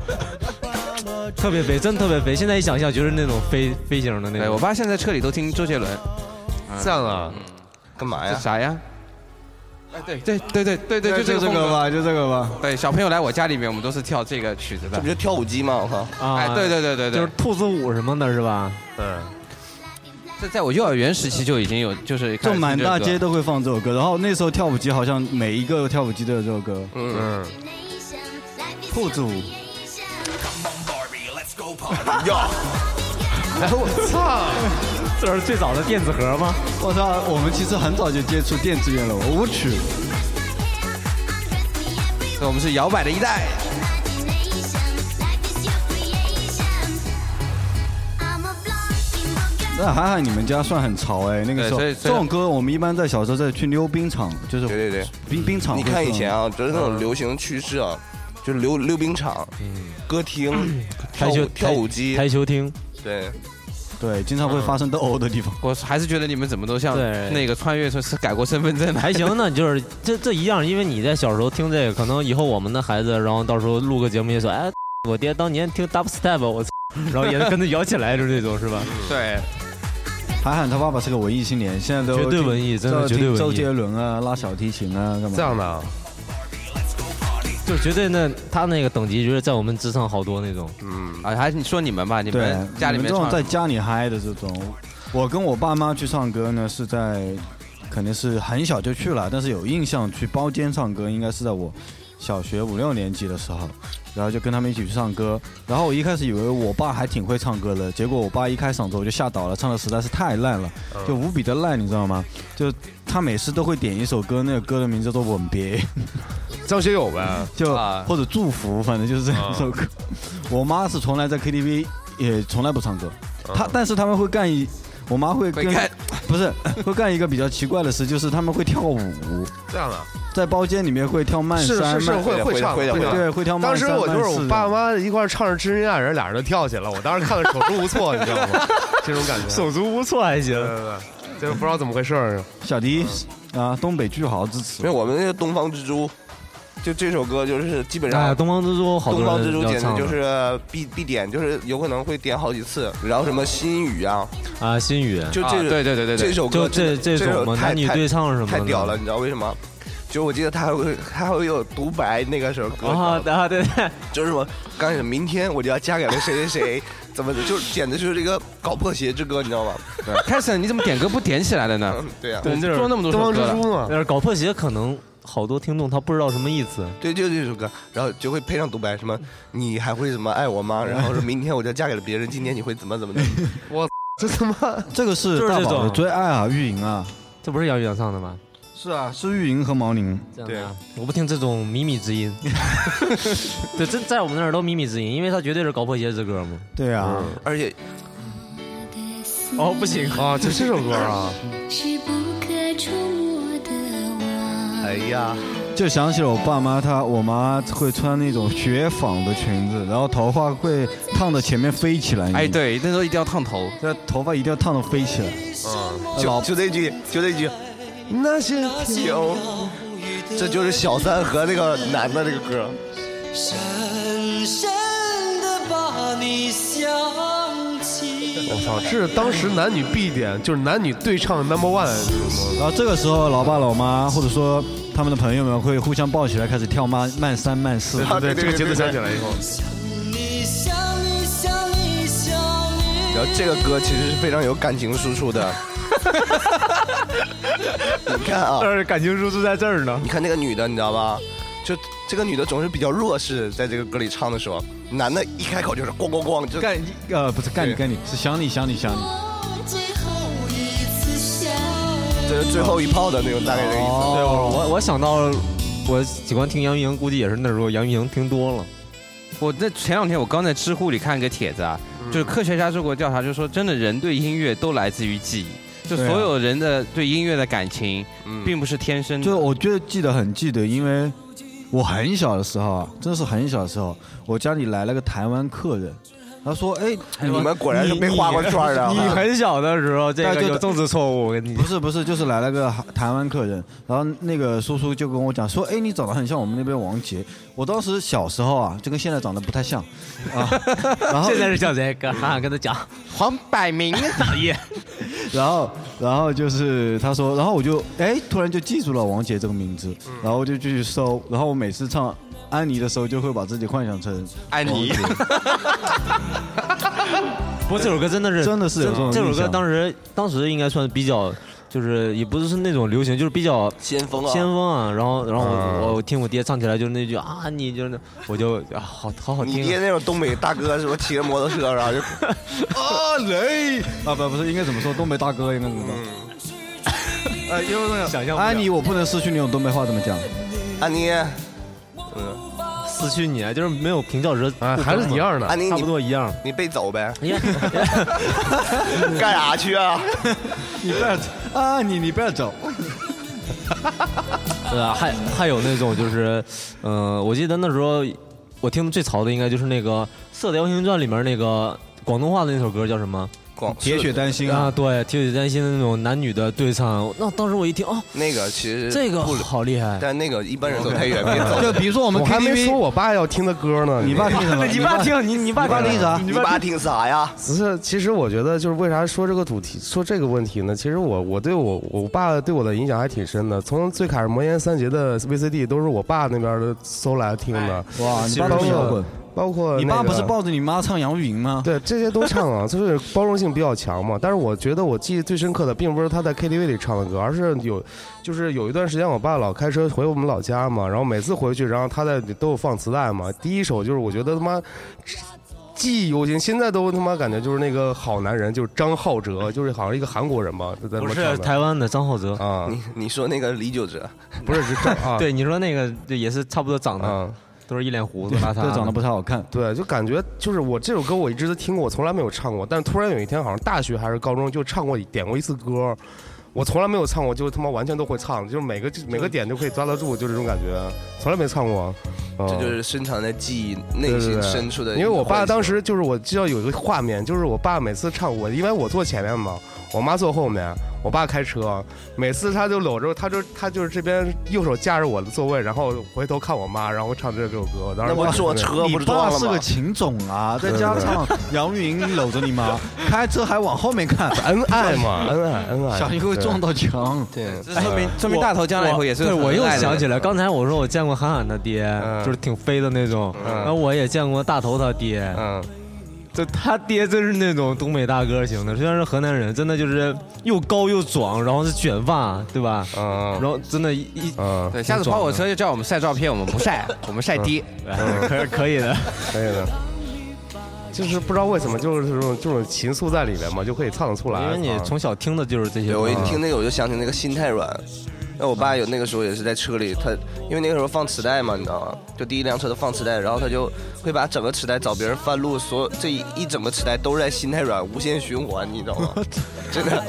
Speaker 3: 特别肥，真特别肥。现在一想一下，就是那种飞飞型的那
Speaker 5: 哎对我
Speaker 3: 种。
Speaker 5: 爸现在车里都听周杰伦，
Speaker 2: 赞啊！
Speaker 1: 干嘛
Speaker 5: 这
Speaker 1: 呀？
Speaker 5: 啥呀？哎，对对对对对对，
Speaker 7: 对，
Speaker 5: 就这
Speaker 7: 就
Speaker 5: 个
Speaker 7: 这
Speaker 5: 风格
Speaker 7: 个。吧，就这个吧。
Speaker 5: 对，小朋友来我家里面，我们都是跳这个曲子
Speaker 1: 这
Speaker 5: 的
Speaker 1: 不。就
Speaker 5: 嗯
Speaker 1: 跳舞机吗？我靠！
Speaker 3: 啊
Speaker 5: 哎，对对对对
Speaker 3: 就
Speaker 5: 对
Speaker 3: 是，兔子舞什么的，是吧？
Speaker 2: 嗯，
Speaker 5: 这在我幼儿园时期就已经有，就是开
Speaker 7: 就
Speaker 5: 始
Speaker 7: 满
Speaker 5: 听这
Speaker 7: 大
Speaker 5: 个
Speaker 7: 街都会放这首歌，然后那时候跳舞机好像每一个跳舞机都有这首歌。
Speaker 5: 嗯
Speaker 2: 嗯，
Speaker 7: 兔子舞，
Speaker 2: 我操！
Speaker 3: 这是最早的电子盒吗？
Speaker 7: 我操，我们其实很早就接触电子乐了，舞曲。
Speaker 5: 对我们是摇摆的一代。
Speaker 7: 那涵涵，你们家算很潮哎，那个时候
Speaker 5: 对所以
Speaker 7: 这
Speaker 5: 所以
Speaker 7: 种歌我们一般在小时候在去溜冰场，就是
Speaker 8: 对对对，
Speaker 7: 冰冰场。
Speaker 8: 你看以前，啊，就是那种流行趋势啊，就是溜溜冰场、歌厅、跳
Speaker 3: 台球
Speaker 8: 舞跳舞机，
Speaker 3: 台球 厅，
Speaker 8: 对，
Speaker 7: 对，经常会发生斗殴的地方。
Speaker 5: 我还是觉得你们怎么都像
Speaker 3: 对
Speaker 5: 那个穿越是是改过身份证的，
Speaker 3: 还行，那你就是这这一样，因为你在小时候听这个，可能以后我们的孩子，然后到时候录个节目也说，哎， 我爹当年听 dubstep，我操， 然后也跟着摇起来，就是这种是吧？
Speaker 5: 对，
Speaker 7: 涵涵他爸爸是个文艺青年，现在都
Speaker 3: 绝对
Speaker 7: 听
Speaker 3: 文艺真的
Speaker 7: 都听
Speaker 3: 绝对文艺
Speaker 7: 周杰伦啊，拉小提琴啊，干嘛？
Speaker 2: 这样的啊，
Speaker 3: 就绝对那他那个等级，就是在我们之上好多那种。
Speaker 5: 嗯，啊，还是你说你们吧，你
Speaker 7: 对
Speaker 5: 们，家里
Speaker 7: 你们
Speaker 5: 面
Speaker 7: 这种
Speaker 5: 唱
Speaker 7: 在家里嗨的这种，我跟我爸妈去唱歌呢，是在肯定是很小就去了，但是有印象去包间唱歌，应该是在我小学五六年级的时候，然后就跟他们一起去唱歌。然后我一开始以为我爸还挺会唱歌的，结果我爸一开嗓子我就吓倒了，唱的实在是太烂了，
Speaker 5: 嗯
Speaker 7: 就无比的烂，你知道吗？就他每次都会点一首歌，那个歌的名字叫做《吻别》。
Speaker 2: 张学友呗，
Speaker 7: 就
Speaker 5: 啊
Speaker 7: 或者祝福，反正就是这两首歌。
Speaker 2: 啊
Speaker 7: 我妈是从来在 KTV 也从来不唱歌，
Speaker 2: 啊
Speaker 7: 她但是他们会干一，我妈会
Speaker 5: 会
Speaker 7: 跟
Speaker 5: 干
Speaker 7: 不是会干一个比较奇怪的事，就是他们会跳舞，
Speaker 2: 这样的啊
Speaker 7: 在包间里面会跳慢
Speaker 2: 是
Speaker 7: 山
Speaker 2: 是是
Speaker 7: 慢，
Speaker 2: 会
Speaker 8: 会
Speaker 2: 会
Speaker 8: 的
Speaker 2: 唱
Speaker 8: 会的
Speaker 2: 会
Speaker 8: 会的
Speaker 2: 唱。
Speaker 7: 对，会跳慢
Speaker 2: 当时
Speaker 7: 山慢
Speaker 2: 我就是
Speaker 7: 四
Speaker 2: 我爸妈一块儿唱着《知音爱人》，俩人就跳起来了，我当时看的手足无措，你知道 吗？这种感觉，手足无措还行，对对对，就是不知道怎么回事儿。
Speaker 7: 小迪啊，东北巨豪支持
Speaker 8: 因为。我们那个东方之珠，就这首歌就是基本上
Speaker 3: 哎，东方之珠好多
Speaker 8: 东方之
Speaker 3: 人
Speaker 8: 珠
Speaker 3: 要
Speaker 8: 简直
Speaker 3: 唱
Speaker 8: 就
Speaker 3: 的
Speaker 8: 是必必点，就是有可能会点好几次。然后什么心语啊，
Speaker 3: 啊，心语，
Speaker 8: 就
Speaker 5: 啊
Speaker 8: 这
Speaker 5: 对对对对对，
Speaker 8: 这首歌
Speaker 3: 就
Speaker 8: 真
Speaker 3: 这
Speaker 8: 的，
Speaker 3: 这
Speaker 8: 首
Speaker 3: 种嘛，
Speaker 8: 太
Speaker 3: 男女
Speaker 8: 太
Speaker 3: 对唱什么的，
Speaker 8: 太屌了，你知道为什么？就我记得他还会还会有独白那个首歌，
Speaker 3: 啊！啊对对，
Speaker 8: 就是什么刚开始明天我就要嫁给了谁谁谁，怎么的，就是简直就是一个搞破鞋之歌，你知道吗？
Speaker 5: 对凯森，你怎么点歌不点起来
Speaker 3: 啊
Speaker 5: 了呢
Speaker 8: 嗯？，对呀、
Speaker 5: 我们
Speaker 2: 就是
Speaker 5: 做那么多
Speaker 2: 东方
Speaker 5: 首歌
Speaker 2: 之
Speaker 5: 了，
Speaker 2: 珠嘛，
Speaker 3: 但是搞破鞋可能好多听众他不知道什么意思，
Speaker 8: 对，就这首歌，然后就会配上独白，什么你还会怎么爱我吗？然后说明天我就嫁给了别人，今天你会怎么怎么的？
Speaker 2: 这他妈
Speaker 7: 这个
Speaker 3: 就是是
Speaker 7: 大
Speaker 3: 这
Speaker 7: 宝的
Speaker 3: 种
Speaker 7: 最爱啊，玉莹啊，
Speaker 3: 这不是杨宇阳唱的吗？
Speaker 7: 是啊，是玉莹和毛宁。
Speaker 3: 这样的啊，我不听这种靡靡之音。对，这在我们那儿都靡靡之音，因为他绝对是搞破鞋之歌嘛。
Speaker 7: 对
Speaker 2: 嗯
Speaker 7: 啊，
Speaker 8: 而且
Speaker 3: 哦，不行，
Speaker 2: 啊，就这首歌啊，
Speaker 9: 是不可触摸的网。
Speaker 8: 哎呀，
Speaker 7: 就想起了我爸妈，她我妈会穿那种雪纺的裙子，然后头发会烫的前面飞起来。
Speaker 5: 哎，对，那时候一定要烫头，
Speaker 7: 这头发一定要烫到飞起来。
Speaker 8: 就就这句，就这句，
Speaker 2: 那些天
Speaker 8: 有，这就是小三和那个男的这个歌。
Speaker 10: 深深的把你想起。
Speaker 2: 我操，这啊是当时男女必点，就是男女对唱 number one，
Speaker 7: 然后这个时候，老爸老妈或者说他们的朋友们会互相抱起来，开始跳慢慢三慢四。
Speaker 8: 啊
Speaker 2: 对，这个节奏响起来以后，
Speaker 10: 你想你想你想你，
Speaker 8: 然后这个歌其实是非常有感情输出的。 你看啊，
Speaker 2: 但是感情输出在这儿呢。
Speaker 8: 你看那个女的，你知道吧？就这个女的总是比较弱势，在这个歌里唱的时候，男的一开口就是咣咣咣，就
Speaker 7: 干你呃不是干你
Speaker 8: 对
Speaker 7: 干你是想你想你想你。
Speaker 10: 最后一次想你。
Speaker 8: 这是最后一炮的那种，大概这个意
Speaker 2: 哦
Speaker 8: 思。
Speaker 3: 对我我我想到，我喜欢听杨钰莹，估计也是那时候杨钰莹听多了。
Speaker 5: 我那前两天我刚在知乎里看一个帖子啊，就是科学家做过调查，就说真的人对音乐都来自于记忆，就
Speaker 7: 对啊
Speaker 5: 所有人的对音乐的感情，并不是天生的。
Speaker 7: 就我就记得很记得，因为我很小的时候啊，真的是很小的时候，我家里来了个台湾客人，他说哎
Speaker 8: 你们果然是被画过圈儿的啊。
Speaker 3: 你很小的时候，这
Speaker 7: 对
Speaker 3: 个
Speaker 7: 就
Speaker 3: 有政治错误，我跟你
Speaker 7: 不是不是，就是来了个台湾客人，然后那个叔叔就跟我讲说，哎，你长得很像我们那边王杰。我当时小时候啊，就跟现在长得不太像 啊。 然后
Speaker 3: 现在是叫谁？跟涵涵跟他讲，
Speaker 5: 黄百鸣大爷，
Speaker 7: 然后，然后就是他说，然后我就哎，突然就记住了王杰这个名字，然后我就继续搜，然后我每次唱
Speaker 5: 啊哦
Speaker 7: 安妮的时候，就会把自己幻想成
Speaker 5: 安妮
Speaker 7: 王杰
Speaker 3: 不过这首歌真的是
Speaker 7: 真的是有这种
Speaker 3: 这首
Speaker 7: 印
Speaker 3: 歌
Speaker 7: 象
Speaker 3: 当时当时应该算是比较。就是也不是是那种流行，就是比较
Speaker 8: 先锋啊
Speaker 3: 先锋啊。然后，然后我我听我爹唱起来就是那句啊，你就是那，我就啊好好好听啊。
Speaker 8: 你爹那种东北大哥是不是骑着摩托车然后就
Speaker 7: 啊雷啊不不是应该怎么说？东北大哥应该怎么说？ 哎，因为那个
Speaker 3: 想象不了
Speaker 7: 安妮，我不能失去你，用东北话怎么讲？
Speaker 8: 安妮，
Speaker 3: 啊死去你啊就是没有平翘舌，
Speaker 2: 啊还是一样的
Speaker 8: 安妮，
Speaker 3: 差不多一哎样。
Speaker 8: 你背走呗。 干啥去啊？
Speaker 7: 你不要啊你你不要走。
Speaker 3: 对啊，还还有那种就是，呃，我记得那时候我听的最潮的应该就是那个《射雕英雄传》里面那个广东话的那首歌叫什么？
Speaker 8: 广
Speaker 7: 铁血丹心
Speaker 3: 啊，
Speaker 7: 啊，
Speaker 3: 对，铁血丹心的那种男女的对唱，那当时我一听，哦，
Speaker 8: 那个其实
Speaker 3: 这个
Speaker 8: 不
Speaker 3: 好厉害，
Speaker 8: 但那个一般人走太远，别
Speaker 2: 哦
Speaker 8: 走。
Speaker 7: 就比如说我们
Speaker 2: 我还没说
Speaker 7: KTV，
Speaker 2: 我爸要听的歌呢。
Speaker 7: 你爸听什么？
Speaker 3: 你爸听你你爸
Speaker 7: 你爸听啥？
Speaker 8: 你爸听啥呀？
Speaker 2: 不是，其实我觉得就是为啥说这个主题，说这个问题呢？其实我我对我我爸对我的影响还挺深的。从最开始魔岩三杰的 VCD 都是我爸那边的搜来听的，
Speaker 7: 哇，你爸
Speaker 2: 包
Speaker 7: 都是摇
Speaker 2: 括
Speaker 7: 滚。
Speaker 2: 包括
Speaker 7: 你爸
Speaker 2: 那个
Speaker 7: 不是抱着你妈唱杨钰莹吗？
Speaker 2: 对这些都唱啊，就是包容性比较强嘛。但是我觉得我记忆最深刻的，并不是他在 KTV 里唱的歌，而是有，就是有一段时间我爸老开车回我们老家嘛，然后每次回去，然后他在都有放磁带嘛。第一首就是我觉得他妈。记忆犹新，现在都他妈感觉就是那个好男人，就是张浩哲，就是好像一个韩国人吧，在那
Speaker 3: 不
Speaker 2: 么
Speaker 3: 是
Speaker 2: 唱的
Speaker 3: 台湾的张浩哲，
Speaker 2: 啊，
Speaker 8: 你你说那个李玖哲，
Speaker 2: 不是是张啊，
Speaker 3: 对你说那个就也是差不多长的，
Speaker 2: 啊，
Speaker 3: 都是一脸胡子拉碴，
Speaker 7: 这长得不太好看。
Speaker 2: 对，就感觉就是我这首歌我一直都听过，我从来没有唱过。但是突然有一天，好像大学还是高中就唱过点过一次歌，我从来没有唱过，就他妈完全都会唱，就是每个每个点就可以抓得住，就这种感觉，从来没唱过。嗯
Speaker 8: 这就是深藏在记忆内
Speaker 2: 对对
Speaker 8: 心
Speaker 2: 对
Speaker 8: 深处的一个幻想。
Speaker 2: 因为我爸当时就是我知道有一个画面，就是我爸每次唱我，因为我坐前面嘛，我妈坐后面，我爸开车，每次他就搂着，他就他就是这边右手架着我的座位，然后回头看我妈，然后唱这首歌。我当时
Speaker 8: 那不坐 车
Speaker 7: 你
Speaker 8: 不是撞
Speaker 7: 爸
Speaker 8: 了
Speaker 7: 是个
Speaker 8: 吗？
Speaker 7: 情种啊，在家唱杨钰莹搂着你妈，开车还往后面看，
Speaker 2: 恩爱嘛，恩爱恩爱，
Speaker 7: 小心会撞到墙。
Speaker 8: 哎对，
Speaker 5: 这说明说明大头将来以后也是
Speaker 3: 对
Speaker 5: 个
Speaker 3: 我又
Speaker 5: 很爱的
Speaker 3: 想
Speaker 5: 人
Speaker 3: 起来，刚才我说我见过韩寒他爹，
Speaker 2: 嗯
Speaker 3: 就是挺飞的那种，然后我也见过大头他爹，
Speaker 2: 嗯，
Speaker 3: 就他爹真是那种东北大哥型的，虽然是河南人，真的就是又高又壮，然后是卷发，对吧？
Speaker 2: 嗯
Speaker 3: 然后真的一，一
Speaker 2: 嗯，
Speaker 5: 对，下次跑火车就叫我们晒照片，我们不晒， 我们晒爹。
Speaker 3: 可 可以的。
Speaker 2: 可以的。就是不知道为什么，就是这种这种情愫在里面嘛，就可以唱得出来。啊
Speaker 3: 因为你从小听的就是这些
Speaker 8: 对，我
Speaker 3: 歌
Speaker 8: 一，听那个我就想起那个心太软。那我爸有那个时候也是在车里，他因为那个时候放磁带嘛，你知道吗？就第一辆车都放磁带，然后他就会把整个磁带找别人翻录，所有这一一整个磁带都是在心太软无限循环，你知道吗？ 真的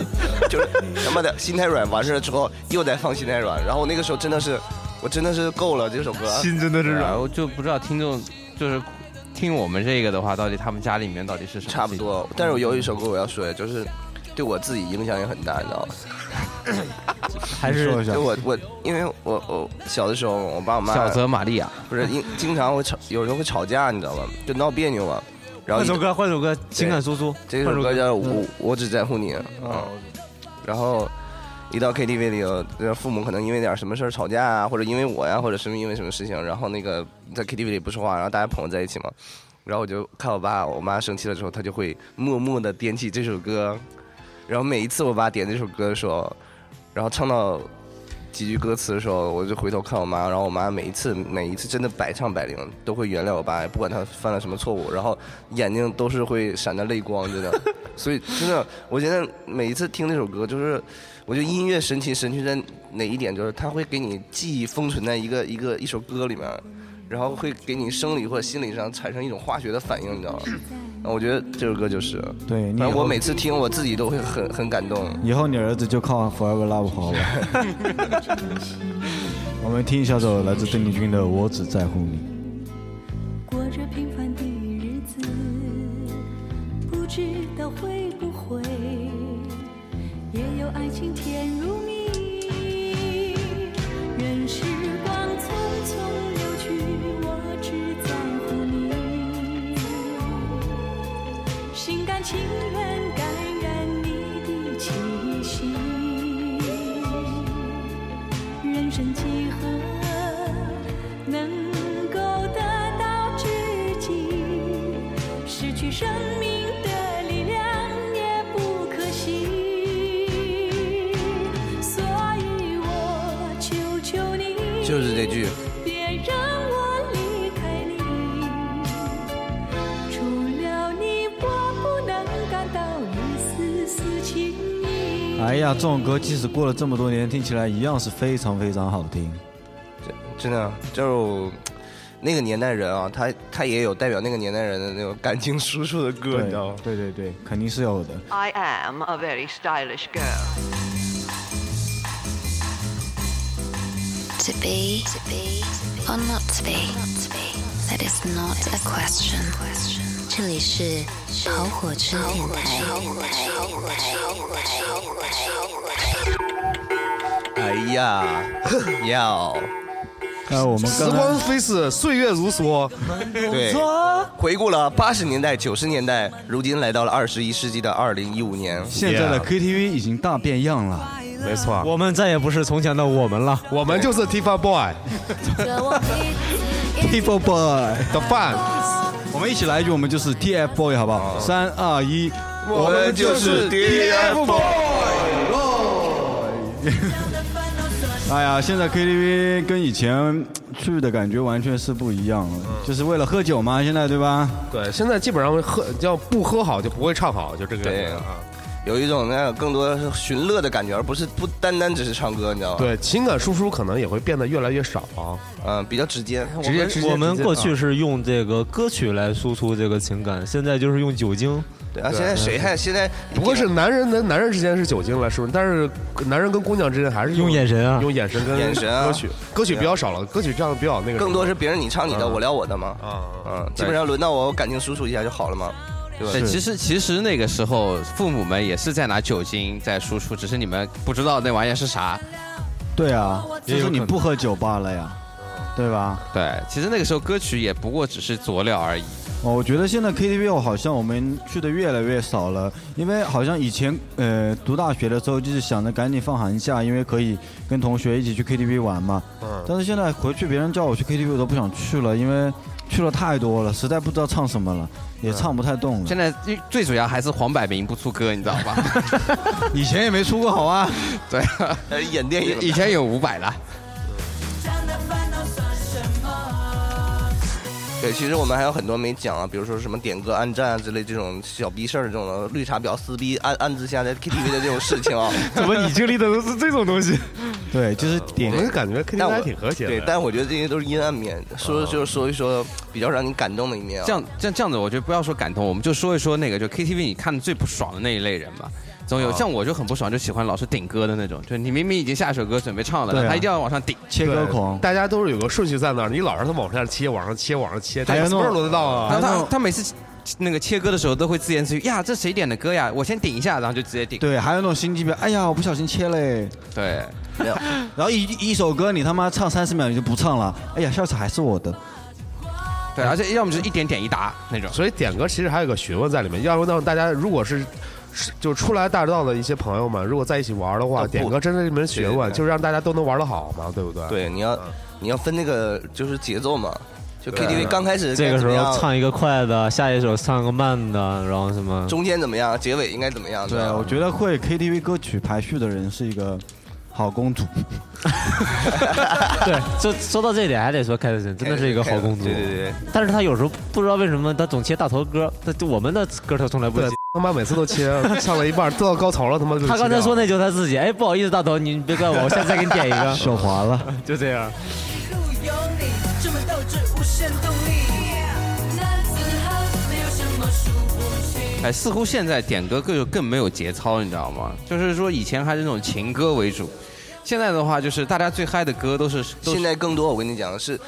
Speaker 8: 就是他妈的心太软完事了之后又在放心太软，然后我那个时候真的是我真的是够了这首歌，
Speaker 2: 心真的是
Speaker 5: 然后就不知道听众就是听我们这个的话，到底他们家里面到底是什么？
Speaker 8: 差不。多。但是我有一首歌我要说，就是对我自己影响也很大，你知道吗？
Speaker 3: 还是
Speaker 7: 说一下
Speaker 8: 就，我我因为我我小的时候，我爸我妈
Speaker 5: 小泽玛利亚，
Speaker 8: 不是，经经常会吵，有时候会吵架，你知道吗？就闹别扭嘛。然后
Speaker 3: 换
Speaker 8: 一
Speaker 3: 首歌，嗯换首歌，情感输出。
Speaker 8: 这首歌叫《我我只在乎你》
Speaker 3: 嗯
Speaker 8: 啊。然后一到 KTV 里头，呃父母可能因为点什么事儿吵架啊，或者因为我呀，或者是因为什么事情，然后那个在 KTV 里不说话，然后大家朋友在一起嘛。然后我就看我爸、我妈生气了之后，他就会默默的点起这首歌。然后每一次我爸点这首歌的时候，然后唱到几句歌词的时候，我就回头看我妈，然后我妈每一次每一次真的百唱百灵，都会原谅我爸，不管他犯了什么错误，然后眼睛都是会闪着泪光，真的。所以真的，我觉得每一次听这首歌，就是我觉得音乐神奇神奇在哪一点，就是它会给你记忆封存在一个一个一首歌里面，然后会给你生理或者心理上产生一种化学的反应，你知道吗？啊我觉得这首歌就是，
Speaker 7: 对你以
Speaker 8: 反正我
Speaker 7: 后
Speaker 8: 每次听我自己都会很很感动。
Speaker 7: 以后你儿子就靠 Forever Love 好了。我们听一下这首来自邓丽君的《我只在乎你》。
Speaker 9: 过着平凡的日子，不知道会不会也有爱情甜如蜜。任时光匆匆流去，我只在乎你。心甘情愿感染你的气息，人生几何能够得到知己？失去生命的力量，
Speaker 8: 就是这句。
Speaker 9: 别让我离开你，除了你，我不能感到一丝丝情意。
Speaker 7: 哎呀，这种歌即使过了这么多年，听起来一样是非常非常好听。
Speaker 8: 真的就是那个年代人啊，他他也有代表那个年代人的那种感情输出的歌，
Speaker 7: 对
Speaker 8: 你知道吗？
Speaker 7: 对对对，肯定是有的。
Speaker 12: I am a very stylish girl.
Speaker 11: To be, to be, or not to be, that is not a question. 这里是跑火车电台。
Speaker 8: 哎呀， 要
Speaker 7: 那我们
Speaker 2: 时光飞逝，岁月如梭。
Speaker 8: 对，回顾了八十年代、九十年代，如今来到了二十一世纪的二零一五年。
Speaker 7: 现在的 KTV 已经大变样了，
Speaker 2: 没错，
Speaker 3: 我们再也不是从前的我们了，
Speaker 2: 我们就是 Tifa Boy。
Speaker 7: People Boy
Speaker 2: The Fun，
Speaker 7: 我们一起来一句，我们就是 TF Boy 好不好？三二一，
Speaker 4: 我们就是 TF
Speaker 7: Boy。哎呀，现在 KTV 跟以前去的感觉完全是不一样了，就是为了喝酒嘛，现在对吧？
Speaker 2: 对，现在基本上喝要不喝好就不会唱好，就这个感觉啊。
Speaker 8: 有一种那更多寻乐的感觉，而不是不单单只是唱歌，你知道吗？
Speaker 2: 对，情感输出可能也会变得越来越少啊。
Speaker 8: 嗯，比较直接，
Speaker 2: 直接直接
Speaker 3: 我们
Speaker 2: 直接
Speaker 3: 过
Speaker 2: 啊
Speaker 3: 去是用这个歌曲来输出这个情感，现在就是用酒精。
Speaker 8: 对啊，现在谁还现在
Speaker 2: 不过是男人跟男人之间是酒精了，是不是？但是男人跟姑娘之间还是
Speaker 3: 用眼神啊
Speaker 2: 用眼神跟啊
Speaker 8: 眼神啊
Speaker 2: 歌曲，歌曲比较少了，歌曲这样比较那个什么，啊
Speaker 8: 更多是别人你唱你的，
Speaker 2: 嗯
Speaker 8: 我聊我的嘛。嗯，基本上轮到我，我感情输出一下就好了嘛，对吧？
Speaker 5: 对，其实其实那个时候父母们也是在拿酒精在输出，只是你们不知道那玩意儿是啥。
Speaker 7: 对啊，
Speaker 5: 也
Speaker 7: 就是
Speaker 5: 有可
Speaker 7: 你
Speaker 5: 能
Speaker 7: 不喝酒罢了呀，对吧？
Speaker 5: 对，其实那个时候歌曲也不过只是佐料而已。
Speaker 7: 哦，我觉得现在 KTV 好像我们去的越来越少了，因为好像以前呃读大学的时候就是想着赶紧放寒假，因为可以跟同学一起去 KTV 玩嘛。
Speaker 2: 嗯
Speaker 7: 但是现在回去别人叫我去 KTV 我都不想去了，因为去了太多了，实在不知道唱什么了，也
Speaker 5: 嗯
Speaker 7: 唱不太动了。
Speaker 5: 现在最最主要还是黄百鸣不出歌，你知道吧？
Speaker 7: 以前也没出过好啊。
Speaker 5: 对 啊，
Speaker 8: 呃演电影
Speaker 5: 以前有伍佰了。
Speaker 8: 对，其实我们还有很多没讲啊，比如说什么点歌、暗战啊之类这种小逼事儿，这种绿茶婊撕逼暗暗自下在 KTV 的这种事情啊。
Speaker 2: 怎么你经历的都是这种东西？
Speaker 7: 对，就是点
Speaker 2: 我们感觉 KTV
Speaker 8: 但我
Speaker 2: 还挺和谐的。哦
Speaker 8: 对，但我觉得这些都是阴暗面，说就是说一说比较让你感动的一面啊。
Speaker 5: 这样这样这样子，我觉得不要说感动，我们就说一说那个就 KTV 你看的最不爽的那一类人吧。总有
Speaker 8: 哦
Speaker 5: 像我就很不爽，就喜欢老是顶歌的那种，就你明明已经下一首歌准备唱了，
Speaker 2: 对啊
Speaker 5: 他一定要往上顶。
Speaker 7: 切
Speaker 2: 对，大家都是有个顺序在那儿，你老让他往下切，往上切，往上切，
Speaker 5: 还有
Speaker 2: 什
Speaker 5: 那种
Speaker 2: 么时候轮得到啊？
Speaker 5: 然后他他每次那个切歌的时候都会自言自语呀，这谁点的歌呀？我先顶一下，然后就直接顶。
Speaker 7: 对，还有那种心机婊，哎呀，我不小心切嘞。
Speaker 5: 对，
Speaker 7: 然后一一首歌你他妈唱三十秒你就不唱了，哎呀，下次还是我的。
Speaker 5: 对，而且要么就是一点点一打那种。
Speaker 2: 所以点歌其实还有个学问在里面，要不让大家如果是。是就初来大道的一些朋友们，如果在一起玩的话，
Speaker 8: 不
Speaker 2: 点歌真是一门学
Speaker 8: 对对
Speaker 2: 问，
Speaker 8: 对
Speaker 2: 就是让大家都能玩得好嘛，对不对？
Speaker 8: 对，你要你要分那个就是节奏嘛，就
Speaker 2: 嗯对
Speaker 8: KTV 刚开始
Speaker 3: 这
Speaker 8: 该
Speaker 3: 个
Speaker 8: 怎
Speaker 3: 时
Speaker 8: 么样
Speaker 3: 候唱一个快的，下一首唱个慢的，然后什么？
Speaker 8: 中间怎么样，结尾应该怎么样？
Speaker 7: 对，
Speaker 8: 吧
Speaker 7: 我觉得会 KTV 歌曲排序的人是一个好公主。
Speaker 3: 对，就说到这一点，还得说凯特森真的是一个好公主。
Speaker 8: 对对对。
Speaker 3: 但是她有时候不知道为什么，她总切大头歌，她就我们的歌她从来不
Speaker 2: 对
Speaker 3: 切。，
Speaker 2: 他妈每次都切，唱了一半，到高潮了，他妈就
Speaker 3: 她刚才说
Speaker 2: 那
Speaker 3: 那就是她自己，哎，不好意思，大头，你别怪我，我下次再给你点一 个。
Speaker 7: 手滑了，
Speaker 3: 就这样。
Speaker 13: 有你，这么斗志，无限动力。男子汉没有什么输不起。
Speaker 5: 哎，似乎现在点歌更更没有节操，你知道吗？就是说以前还是那种情歌为主，现在的话就是大家最嗨的歌都是都是
Speaker 8: 现在更多，我跟你讲是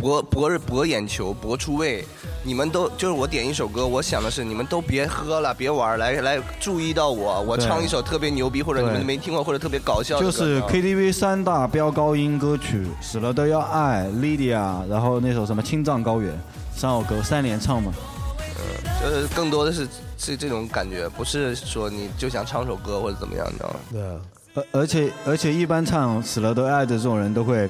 Speaker 8: 博博博眼球、博出位。你们都就是我点一首歌，我想的是你们都别喝了，别玩儿，来来注意到我，我
Speaker 7: 对
Speaker 8: 唱一首特别牛逼或者你
Speaker 7: 对
Speaker 8: 们没听过或者特别搞笑的歌。
Speaker 7: 就是
Speaker 8: 你知道吗
Speaker 7: KTV 三大飙高音歌曲，《死了都要爱》、《Lydia》，然后那首什么《青藏高原》，三首歌三连唱嘛。
Speaker 8: 就是呃更多的是是这种感觉，不是说你就想唱首歌或者怎么样，你知道吗？
Speaker 2: 对。
Speaker 7: 而而且而且一般唱《死了都要爱》的这种人都会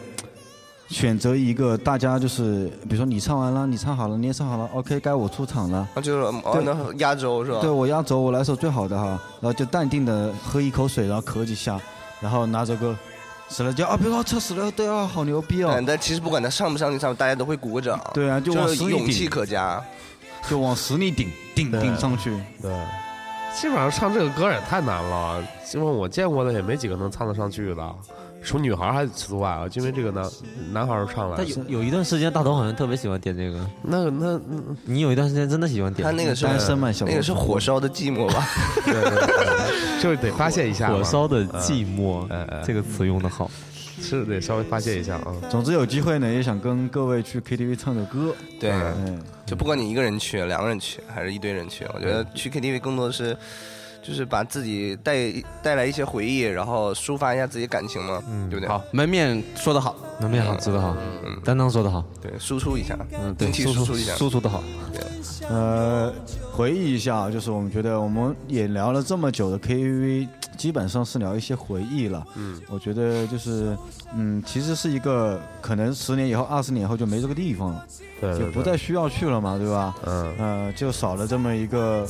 Speaker 7: 选择一个大家就是，比如说你唱完了，你唱好了，你也唱好了，OK，该我出场了。
Speaker 8: 啊，就是哦
Speaker 7: 对，
Speaker 8: 那压轴是吧？
Speaker 7: 对我压轴，我来首最好的哈，然后就淡定的喝一口水，然后咳几下，然后拿着歌，死了就啊，别说车死了，对啊，好牛逼哦！
Speaker 8: 嗯，但其实不管他上不上去上，大家都会鼓个掌。
Speaker 7: 对啊就往
Speaker 8: 是
Speaker 7: 死里
Speaker 8: 勇
Speaker 7: 顶
Speaker 8: 气可嘉。
Speaker 7: 就往死里顶啊顶
Speaker 2: 对
Speaker 7: 顶上去。
Speaker 2: 对，基本上唱这个歌也太难了，基本上我见过的也没几个能唱得上去的，除女孩还除外啊，就因为这个男男孩儿唱来
Speaker 3: 他
Speaker 2: 了。
Speaker 3: 有有一段时间，大头好像特别喜欢点这个。
Speaker 2: 那那
Speaker 3: 你有一段时间真的喜欢点
Speaker 8: 他那个是呃那个是火烧的寂寞吧？
Speaker 2: 就是得发泄一下嘛。
Speaker 3: 火烧的寂寞，这个词用的好，
Speaker 2: 是得稍微发泄一下啊。
Speaker 7: 总之有机会呢，也想跟各位去 KTV 唱个歌。
Speaker 8: 对
Speaker 7: 嗯，
Speaker 8: 就不管你一个人去、两个人去，还是一堆人去，我觉得去 KTV 更多的是，就是把自己带带来一些回忆，然后抒发一下自己感情嘛，对不对？
Speaker 5: 好，门面说的好，
Speaker 3: 能面好，说的好，担当说的好，
Speaker 8: 对，输出一下，
Speaker 3: 嗯，对
Speaker 8: 整，体
Speaker 3: 输
Speaker 8: 输
Speaker 3: 出
Speaker 8: 出一下，
Speaker 3: 输出的好，
Speaker 7: 呃，回忆一下，就是我们觉得我们也聊了这么久的 KTV，基本上是聊一些回忆了。嗯，我觉得就是，嗯，其实是一个可能十年以后、二十年以后就没这个地方了，
Speaker 2: 对对
Speaker 7: 就不再需要去了嘛，对吧？
Speaker 2: 嗯，
Speaker 7: 呃，就少了这么一个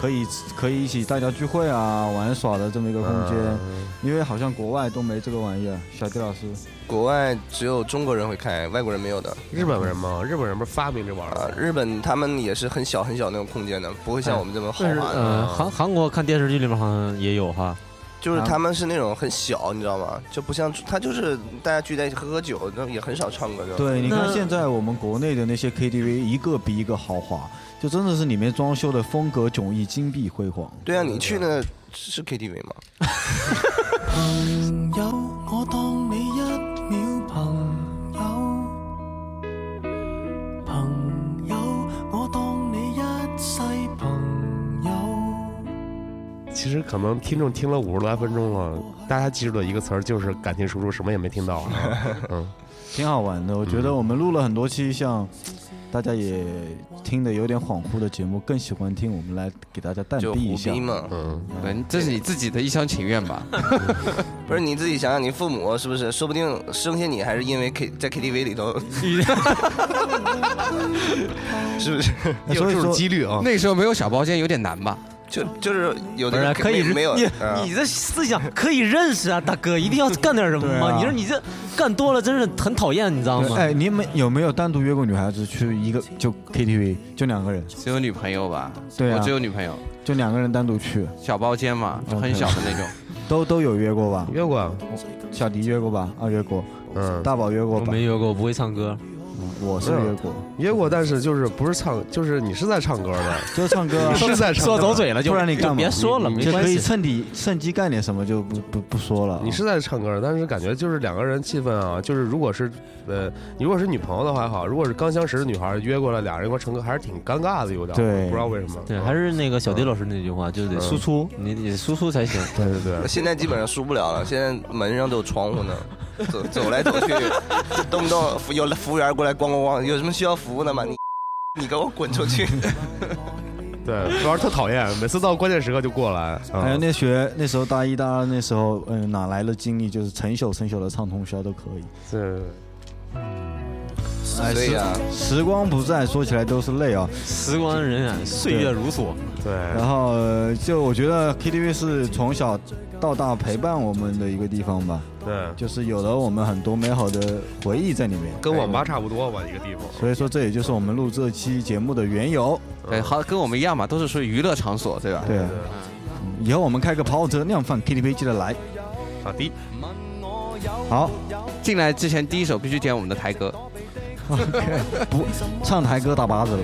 Speaker 7: 可以可以一起大家聚会啊、玩耍的这么一个空间，
Speaker 2: 啊嗯
Speaker 7: 因为好像国外都没这个玩意儿。小迪老师，
Speaker 8: 国外只有中国人会开，外国人没有的。
Speaker 2: 日本人嘛，日本人不是发明这玩意
Speaker 8: 儿、呃日本他们也是很小很小那种空间的，不会像我们这么豪华
Speaker 3: 哎但是
Speaker 8: 的。嗯
Speaker 3: 呃，啊韩韩国看电视剧里面好像也有哈，
Speaker 8: 就是他们是那种很小，你知道吗？就不像他就是大家聚在一起喝喝酒，那也很少唱歌。就
Speaker 7: 对，你看现在我们国内的那些 KTV，一个比一个豪华，就真的是里面装修的风格迥异、金碧辉煌。
Speaker 8: 对啊，你去那是 KTV 吗？
Speaker 10: 朋友，我当你一秒朋友，朋友，我当你一世朋友。
Speaker 2: 其实可能听众听了五十来分钟了，大家记住的一个词儿就是感情输出，什么也没听到啊。 嗯，
Speaker 7: 挺好玩的。我觉得我们录了很多期，像大家也听的有点恍惚的节目，更喜欢听我们来给大家淡
Speaker 8: 就
Speaker 7: 逼一
Speaker 8: 胡
Speaker 7: 下。哎
Speaker 8: 逼嘛。
Speaker 2: 嗯，
Speaker 5: 对，你这是你自己的一厢情愿吧？
Speaker 8: 不是你自己想想，你父母是不是？说不定生下你还是因为 K 在 KTV 里头， 是不是？
Speaker 7: 哎所以说
Speaker 2: 啊
Speaker 5: 那时候没有小包间有点难吧？
Speaker 8: 就就是有
Speaker 3: 不是
Speaker 8: 的
Speaker 3: 可以
Speaker 8: 没没有
Speaker 3: 你
Speaker 8: 啊
Speaker 3: 你这思想可以认识啊，大哥，一定要干点什么
Speaker 7: 对
Speaker 3: 吗？
Speaker 7: 啊
Speaker 3: 你说你这干多了真是很讨厌，你知道
Speaker 7: 对
Speaker 3: 吗？
Speaker 7: 哎，你们有没有单独约过女孩子去一个就 KTV 就两个人，
Speaker 5: 只有女朋友吧？
Speaker 7: 对啊
Speaker 5: 我只有女朋友，
Speaker 7: 就两个人单独去，
Speaker 5: 小包间嘛，就很小的那种。
Speaker 7: 都都有约过吧？
Speaker 2: 约过，
Speaker 7: 小迪约过吧？啊，约过。
Speaker 2: 嗯，
Speaker 7: 大宝约过
Speaker 3: 我
Speaker 7: 吧？
Speaker 3: 没约过，我不会唱歌。
Speaker 7: 我是约过，
Speaker 2: 约过，但是就是不是唱，就是你是在唱歌的，
Speaker 7: 就是唱歌啊
Speaker 2: 你是在唱歌
Speaker 3: 说走嘴了就
Speaker 7: 不然你干嘛？
Speaker 3: 就别说了
Speaker 7: 你
Speaker 3: 没
Speaker 7: 就
Speaker 3: 关
Speaker 7: 可以
Speaker 3: 系
Speaker 7: 趁底趁机干点什么就不不不说了啊。
Speaker 2: 你是在唱歌，但是感觉就是两个人气氛啊，就是如果是呃，你如果是女朋友的话还好，如果是刚相识的女孩约过来，俩人一块唱歌还是挺尴尬的，有点
Speaker 7: 对
Speaker 2: 不知道为什么。
Speaker 3: 对，还是那个小迪老师那句话，就得输出，你得输出才行。
Speaker 2: 对对对，
Speaker 8: 现在基本上输不了了，现在门上都有窗户呢，走走来走去，动不动服有服务员过来咣咣咣，有什么需要服务的吗？你你给我滚出去！
Speaker 2: 对， 主要是特讨厌，每次到关键时刻就过来。嗯
Speaker 3: 哎
Speaker 7: 还
Speaker 3: 啊
Speaker 7: 有那学那时候大一大二那时候，嗯，哪来的精力？就是成宿成宿的唱通宵都可以。
Speaker 2: 对，
Speaker 8: 哎所以啊
Speaker 7: 时时光不再，说起来都是泪啊。
Speaker 3: 时光荏苒，岁月如梭。
Speaker 2: 对，
Speaker 3: 哎
Speaker 7: 然后呃就我觉得 KTV 是从小到大陪伴我们的一个地方吧，
Speaker 2: 对，
Speaker 7: 就是有了我们很多美好的回忆在里面。
Speaker 2: 跟网吧差不多吧，一个地方。
Speaker 7: 所以说这也就是我们录这期节目的缘由。
Speaker 5: 对，好，跟我们一样嘛，都是属于娱乐场所，对吧？
Speaker 7: 对啊，以后我们开个跑火车量贩 KTV 记得来。
Speaker 2: 好的，
Speaker 7: 好，
Speaker 5: 进来之前第一首必须点我们的台歌。
Speaker 7: 不唱台歌打靶子了。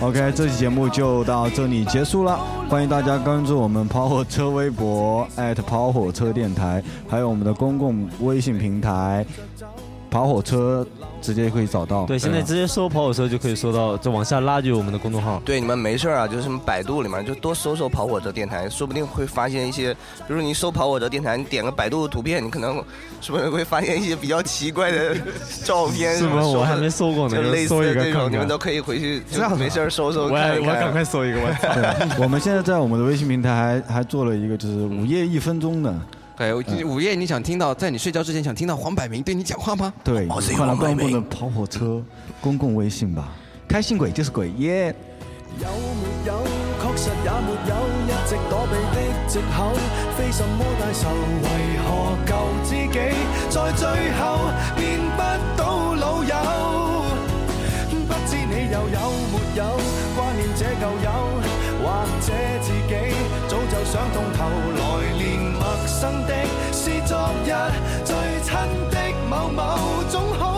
Speaker 7: OK，这期节目就到这里结束了。欢迎大家关注我们跑火车微博跑火车电台，还有我们的公共微信平台跑火车，直接可以找到。
Speaker 3: 对，现在
Speaker 7: 吧
Speaker 3: 直接搜跑火车就可以搜到，就往下拉就有我们的公众号。
Speaker 8: 对，你们没事儿啊，就是什么百度里面就多搜搜跑火车电台，说不定会发现一些，比如你搜跑火车电台，你点个百度图片，你可能是不是会发现一些比较奇怪 的照片？
Speaker 3: 是
Speaker 8: 什
Speaker 3: 吗
Speaker 8: 么
Speaker 3: 我还没搜过呢
Speaker 8: 就类似
Speaker 3: 搜一
Speaker 8: 的
Speaker 3: 个
Speaker 8: 这
Speaker 3: 看
Speaker 8: 种，
Speaker 3: 看
Speaker 8: 你们都可以回去，就没事儿搜搜
Speaker 3: 啊我也
Speaker 8: 看一看。
Speaker 3: 我也赶快搜一个，我操
Speaker 7: 对，我们现在在我们的微信平台还还做了一个就是午夜一分钟的，
Speaker 5: 对，我午夜你想听到，在你睡觉之前想听到黄百鸣对你讲话吗？
Speaker 7: 对，
Speaker 5: 哦
Speaker 7: 快来公共的跑火车公共微信吧，开心鬼就是鬼耶。
Speaker 10: 有没有確實也沒有一直躲避的藉口，非什麼大仇，為何舊知己在最後變不到老友？不知你又有沒有掛念這舊友，或者自己早就想通透，來年陌生的是昨日最親的某某，總好。